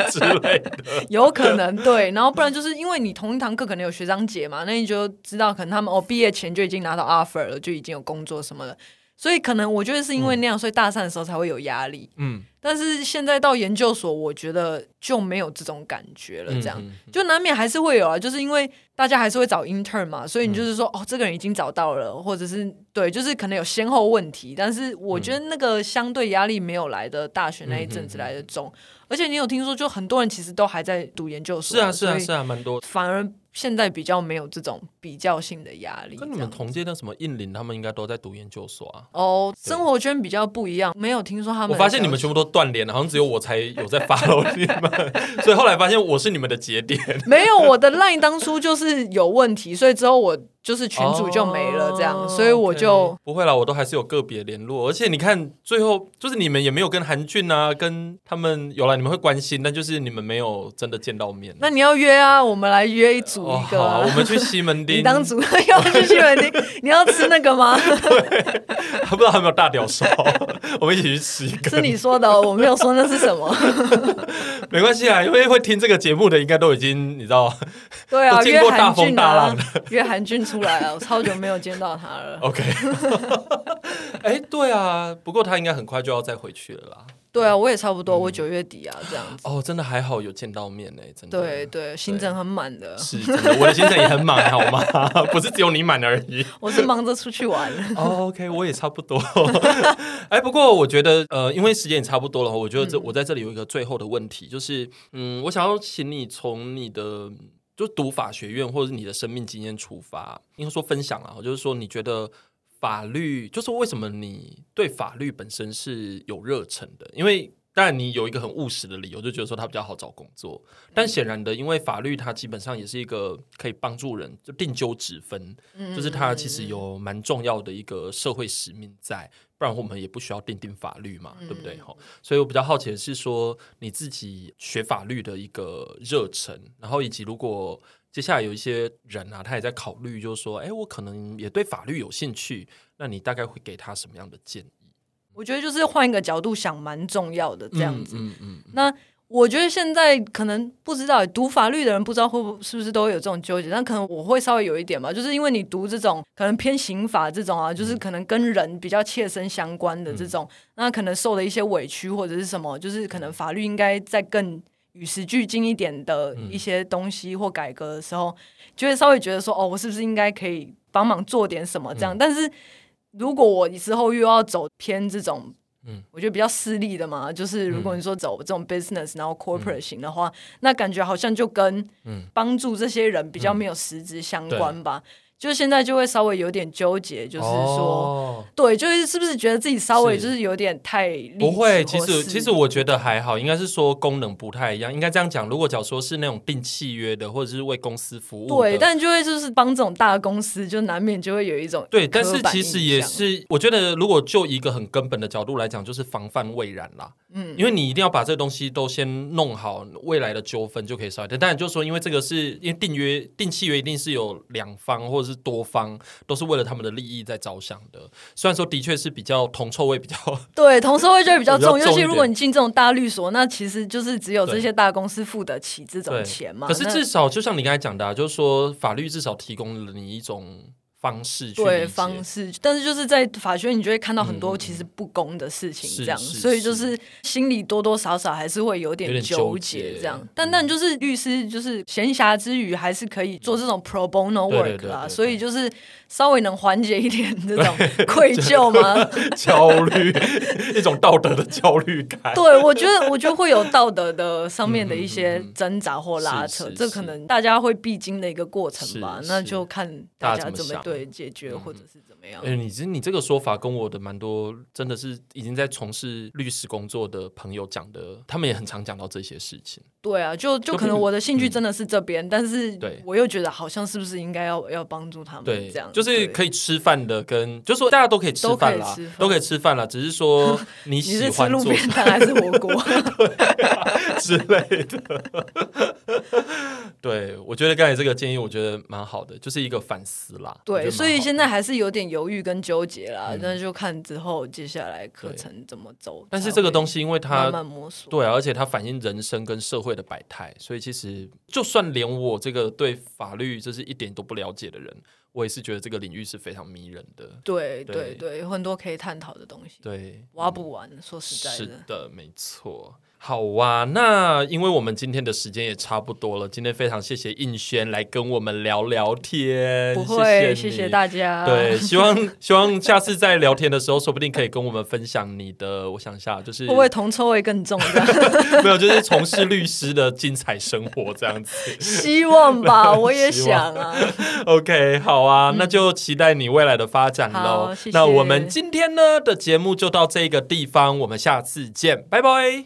[SPEAKER 1] 之类的？
[SPEAKER 2] 有可能对，然后不然就是因为你同一堂课可能有学长姐嘛，那你就知道可能他们哦毕业前就已经拿到 offer 了，就已经有工作什么的，所以可能我觉得是因为那样，所以大三的时候才会有压力。
[SPEAKER 1] 嗯，
[SPEAKER 2] 但是现在到研究所，我觉得就没有这种感觉了，这样。
[SPEAKER 1] 嗯
[SPEAKER 2] 就难免还是会有啊，就是因为大家还是会找 intern 嘛，所以
[SPEAKER 1] 嗯
[SPEAKER 2] 你就是说、哦，这个人已经找到了，或者是对，就是可能有先后问题，但是我觉得
[SPEAKER 1] 嗯
[SPEAKER 2] 那个相对压力没有来的大学那一阵子来的重，而且你有听说，就很多人其实都还在读研究所，
[SPEAKER 1] 是啊，是啊，是
[SPEAKER 2] 啊，
[SPEAKER 1] 啊，蛮多。
[SPEAKER 2] 反而现在比较没有这种比较性的压力，
[SPEAKER 1] 跟你们
[SPEAKER 2] 这样
[SPEAKER 1] 同届那什么印林，他们应该都在读研究所啊。
[SPEAKER 2] 哦，生活圈比较不一样，没有听说他们，
[SPEAKER 1] 我发现你们全部都断联了，好像只有我才有 在 follow 你们，所以后来发现我是你们的节点。
[SPEAKER 2] 没有，我的 line 当初就是有问题，所以之后我就是群主就没了，这样，
[SPEAKER 1] 哦
[SPEAKER 2] 所以我就
[SPEAKER 1] OK 不会啦，我都还是有个别联络，而且你看最后就是你们也没有跟韩俊啊，跟他们有啦，你们会关心，但就是你们没有真的见到面。
[SPEAKER 2] 那你要约啊，我们来约一组
[SPEAKER 1] 哦，
[SPEAKER 2] 一个、
[SPEAKER 1] 好啊、
[SPEAKER 2] 啊。
[SPEAKER 1] 我们去西门町，
[SPEAKER 2] 你当主任要去西门町，你 要吃那 个吗？
[SPEAKER 1] 啊不知道还有没有大屌烧， 我们一起去吃一
[SPEAKER 2] 是
[SPEAKER 1] 个，
[SPEAKER 2] 你说的哦，我没有说那是什 么。
[SPEAKER 1] 没关系啊，因为会听这个节目的应该都已经你知道
[SPEAKER 2] 对啊，
[SPEAKER 1] 都经
[SPEAKER 2] 约
[SPEAKER 1] 过大
[SPEAKER 2] 韩
[SPEAKER 1] 风
[SPEAKER 2] 俊
[SPEAKER 1] 大
[SPEAKER 2] 啊
[SPEAKER 1] 浪， 哦
[SPEAKER 2] 约韩俊出来啊，我超久没有见到 他了。
[SPEAKER 1] ，OK，哎、对啊，不过他应该很快就要再回去了啦。
[SPEAKER 2] 对啊，我也差
[SPEAKER 1] 嗯
[SPEAKER 2] 不多，我九月底啊，这样子。
[SPEAKER 1] 哦，真的还好有见到面呢、真的。
[SPEAKER 2] 对对，行程很满的，
[SPEAKER 1] 是真的，我的行程也很满，好吗？ 不是只有你满而已。
[SPEAKER 2] 我是忙着出去 玩。
[SPEAKER 1] 哦 OK，我也差不多。 哎，不过我觉得，呃，因为时间也差不多了，我觉得这、我在这里有一个最后的问题，就是，嗯，我想要请你从你的就读法学院或者是你的生命经验出发，应该说分享啊，就是说你觉得法律，就是为什么你对法律本身是有热忱的？因为当然，你有一个很务实的理由，就觉得说它比较好找工作。但显然的，因为法律它基本上也是一个可以帮助人就定纠执分，
[SPEAKER 2] 嗯
[SPEAKER 1] 就是它其实有蛮重要的一个社会使命在，不然我们也不需要定定法律嘛，对不
[SPEAKER 2] 嗯
[SPEAKER 1] 对？吼，所以我比较好奇的是说你自己学法律的一个热忱，然后以及如果接下来有一些人啊，他也在考虑，就是说，哎，我可能也对法律有兴趣，那你大概会给他什么样的建议？
[SPEAKER 2] 我觉得就是换一个角度想，蛮重要的这样子。
[SPEAKER 1] 嗯嗯，
[SPEAKER 2] 那我觉得现在可能不知道读法律的人不知道会不是不是都有这种纠结，但可能我会稍微有一点吧，就是因为你读这种可能偏刑法这种啊，就是可能跟人比较切身相关的这种，那可能受的一些委屈或者是什么，就是可能
[SPEAKER 1] 嗯
[SPEAKER 2] 法律应该在更与时俱进一点的
[SPEAKER 1] 嗯
[SPEAKER 2] 一些东西或改革的时候，就会稍微觉得说，哦，我是不是应该可以帮忙做点什么这
[SPEAKER 1] 嗯
[SPEAKER 2] 样？但是如果我之后又要走偏这种
[SPEAKER 1] 嗯
[SPEAKER 2] 我觉得比较私利的嘛，就是如果你说走这种 business，然后 corporate 型的话，那感觉好像就跟
[SPEAKER 1] 嗯
[SPEAKER 2] 帮助这些人比较没有实质相关吧。就现在就会稍微有点纠结，就是说，
[SPEAKER 1] 哦
[SPEAKER 2] 对，就是是不是觉得自己稍微
[SPEAKER 1] 是
[SPEAKER 2] 就是有点太理
[SPEAKER 1] 不会，
[SPEAKER 2] 智
[SPEAKER 1] 其
[SPEAKER 2] 或
[SPEAKER 1] 实
[SPEAKER 2] 是
[SPEAKER 1] 其实我觉得还好，应该是说功能不太一样，应该这样讲。如果假如说是那种定契约的，或者是为公司服务的，
[SPEAKER 2] 对，但就会就是帮这种大公司，就难免就会有一种
[SPEAKER 1] 对，但
[SPEAKER 2] 刻
[SPEAKER 1] 是
[SPEAKER 2] 板
[SPEAKER 1] 其
[SPEAKER 2] 印
[SPEAKER 1] 实也
[SPEAKER 2] 象
[SPEAKER 1] 是，我觉得如果就一个很根本的角度来讲，就是防范未然啦。嗯，因为你一定要把这东西都先弄好，未来的纠纷就可以少一点。当然，就是说因为这个是因为订约、定契约一定是有两方或者是多方都是为了他们的利益在着想的。虽然说的确是比较铜臭味比 较
[SPEAKER 2] 对，同社会就会比较
[SPEAKER 1] 比较
[SPEAKER 2] 重，尤
[SPEAKER 1] 重
[SPEAKER 2] 其
[SPEAKER 1] 一
[SPEAKER 2] 如
[SPEAKER 1] 点
[SPEAKER 2] 果你进这种大律所，那其实就是只有
[SPEAKER 1] 对
[SPEAKER 2] 这些大公司付得起这种
[SPEAKER 1] 对
[SPEAKER 2] 钱嘛。
[SPEAKER 1] 可是
[SPEAKER 2] 那
[SPEAKER 1] 至少就像你刚才讲的、啊，就是说法律至少提供了你一种方式去理
[SPEAKER 2] 对
[SPEAKER 1] 解
[SPEAKER 2] 方式，但是就是在法学院，你就会看到很多其实不公的事
[SPEAKER 1] 嗯是
[SPEAKER 2] 情，这样，
[SPEAKER 1] 是
[SPEAKER 2] 所以
[SPEAKER 1] 是
[SPEAKER 2] 就是心里多多少少还是会有
[SPEAKER 1] 有点
[SPEAKER 2] 点
[SPEAKER 1] 纠
[SPEAKER 2] 纠
[SPEAKER 1] 结嗯
[SPEAKER 2] 结这样。但但就是律师就是闲暇之余还是可以做这种 pro bono
[SPEAKER 1] 对对对
[SPEAKER 2] work
[SPEAKER 1] 对
[SPEAKER 2] 啦，
[SPEAKER 1] 对
[SPEAKER 2] 所以就是稍微能缓解一点这种愧 疚吗？
[SPEAKER 1] 焦虑， 一种道德的焦虑感。
[SPEAKER 2] 对，我觉得我觉得会有道德的上面的一
[SPEAKER 1] 嗯
[SPEAKER 2] 些挣扎或拉扯，
[SPEAKER 1] 是是
[SPEAKER 2] 这可能大家会必经的一个过程吧。
[SPEAKER 1] 是
[SPEAKER 2] 那
[SPEAKER 1] 是
[SPEAKER 2] 就看
[SPEAKER 1] 大
[SPEAKER 2] 大
[SPEAKER 1] 家
[SPEAKER 2] 家
[SPEAKER 1] 怎么
[SPEAKER 2] 怎么
[SPEAKER 1] 想嗯
[SPEAKER 2] 对解决，或者是怎么样
[SPEAKER 1] 哎、。你这你这个说法跟我的蛮多，真的是已经在从事律师工作的朋友讲的，他们也很常讲到这些事情。
[SPEAKER 2] 对啊，就就
[SPEAKER 1] 就
[SPEAKER 2] 可能
[SPEAKER 1] 不
[SPEAKER 2] 我的兴趣真的是这边，但是
[SPEAKER 1] 对
[SPEAKER 2] 我又觉得好像是不是应该要要帮助他们
[SPEAKER 1] 对，
[SPEAKER 2] 这样，
[SPEAKER 1] 就是
[SPEAKER 2] 对
[SPEAKER 1] 可以吃饭的跟，就说大家都可以吃饭啦
[SPEAKER 2] 都可以吃，饭
[SPEAKER 1] 都可以吃饭啦，只是 说你
[SPEAKER 2] 你
[SPEAKER 1] 喜
[SPEAKER 2] 是吃
[SPEAKER 1] 欢
[SPEAKER 2] 路
[SPEAKER 1] 做
[SPEAKER 2] 边摊还是火 锅？
[SPEAKER 1] 之类的。对，我觉得刚才这个建议，我觉得蛮好的，就是一个反思啦。我觉得
[SPEAKER 2] 对，
[SPEAKER 1] 蛮
[SPEAKER 2] 所以
[SPEAKER 1] 好
[SPEAKER 2] 现
[SPEAKER 1] 的
[SPEAKER 2] 在还是有点犹豫跟纠结啦。那就看之后接下来课
[SPEAKER 1] 嗯对
[SPEAKER 2] 程怎么走。
[SPEAKER 1] 但是这个东
[SPEAKER 2] 西
[SPEAKER 1] 西，因为它
[SPEAKER 2] 慢慢摸索。
[SPEAKER 1] 对啊、而且它反映人生跟社会的百态，所以其实就算连我这个对法律就是一点都不了解的人，我也是觉得这个领域是非常迷人的。
[SPEAKER 2] 对
[SPEAKER 1] 对
[SPEAKER 2] 对对，有很多可以探讨的东西。
[SPEAKER 1] 对，
[SPEAKER 2] 挖不完，说实在
[SPEAKER 1] 是
[SPEAKER 2] 的。
[SPEAKER 1] 的，没错。好啊，那因为我们今天的时间也差不多了，今天非常谢谢应轩来跟我们聊聊天，
[SPEAKER 2] 不会，谢
[SPEAKER 1] 谢
[SPEAKER 2] 谢
[SPEAKER 1] 你
[SPEAKER 2] 大家。
[SPEAKER 1] 对，，希望希望下次在聊天的时候，说不定可以跟我们分享你的，我想一下，就是
[SPEAKER 2] 会不会铜臭味 更重？这样
[SPEAKER 1] 没有，就是从事律师的精彩生活这样子。
[SPEAKER 2] 希望吧，我也想啊。
[SPEAKER 1] OK，好啊，那就期待你未来的发展喽
[SPEAKER 2] 嗯好谢。谢
[SPEAKER 1] 那我们今天呢的节目就到这个地方，我们下次见，拜拜。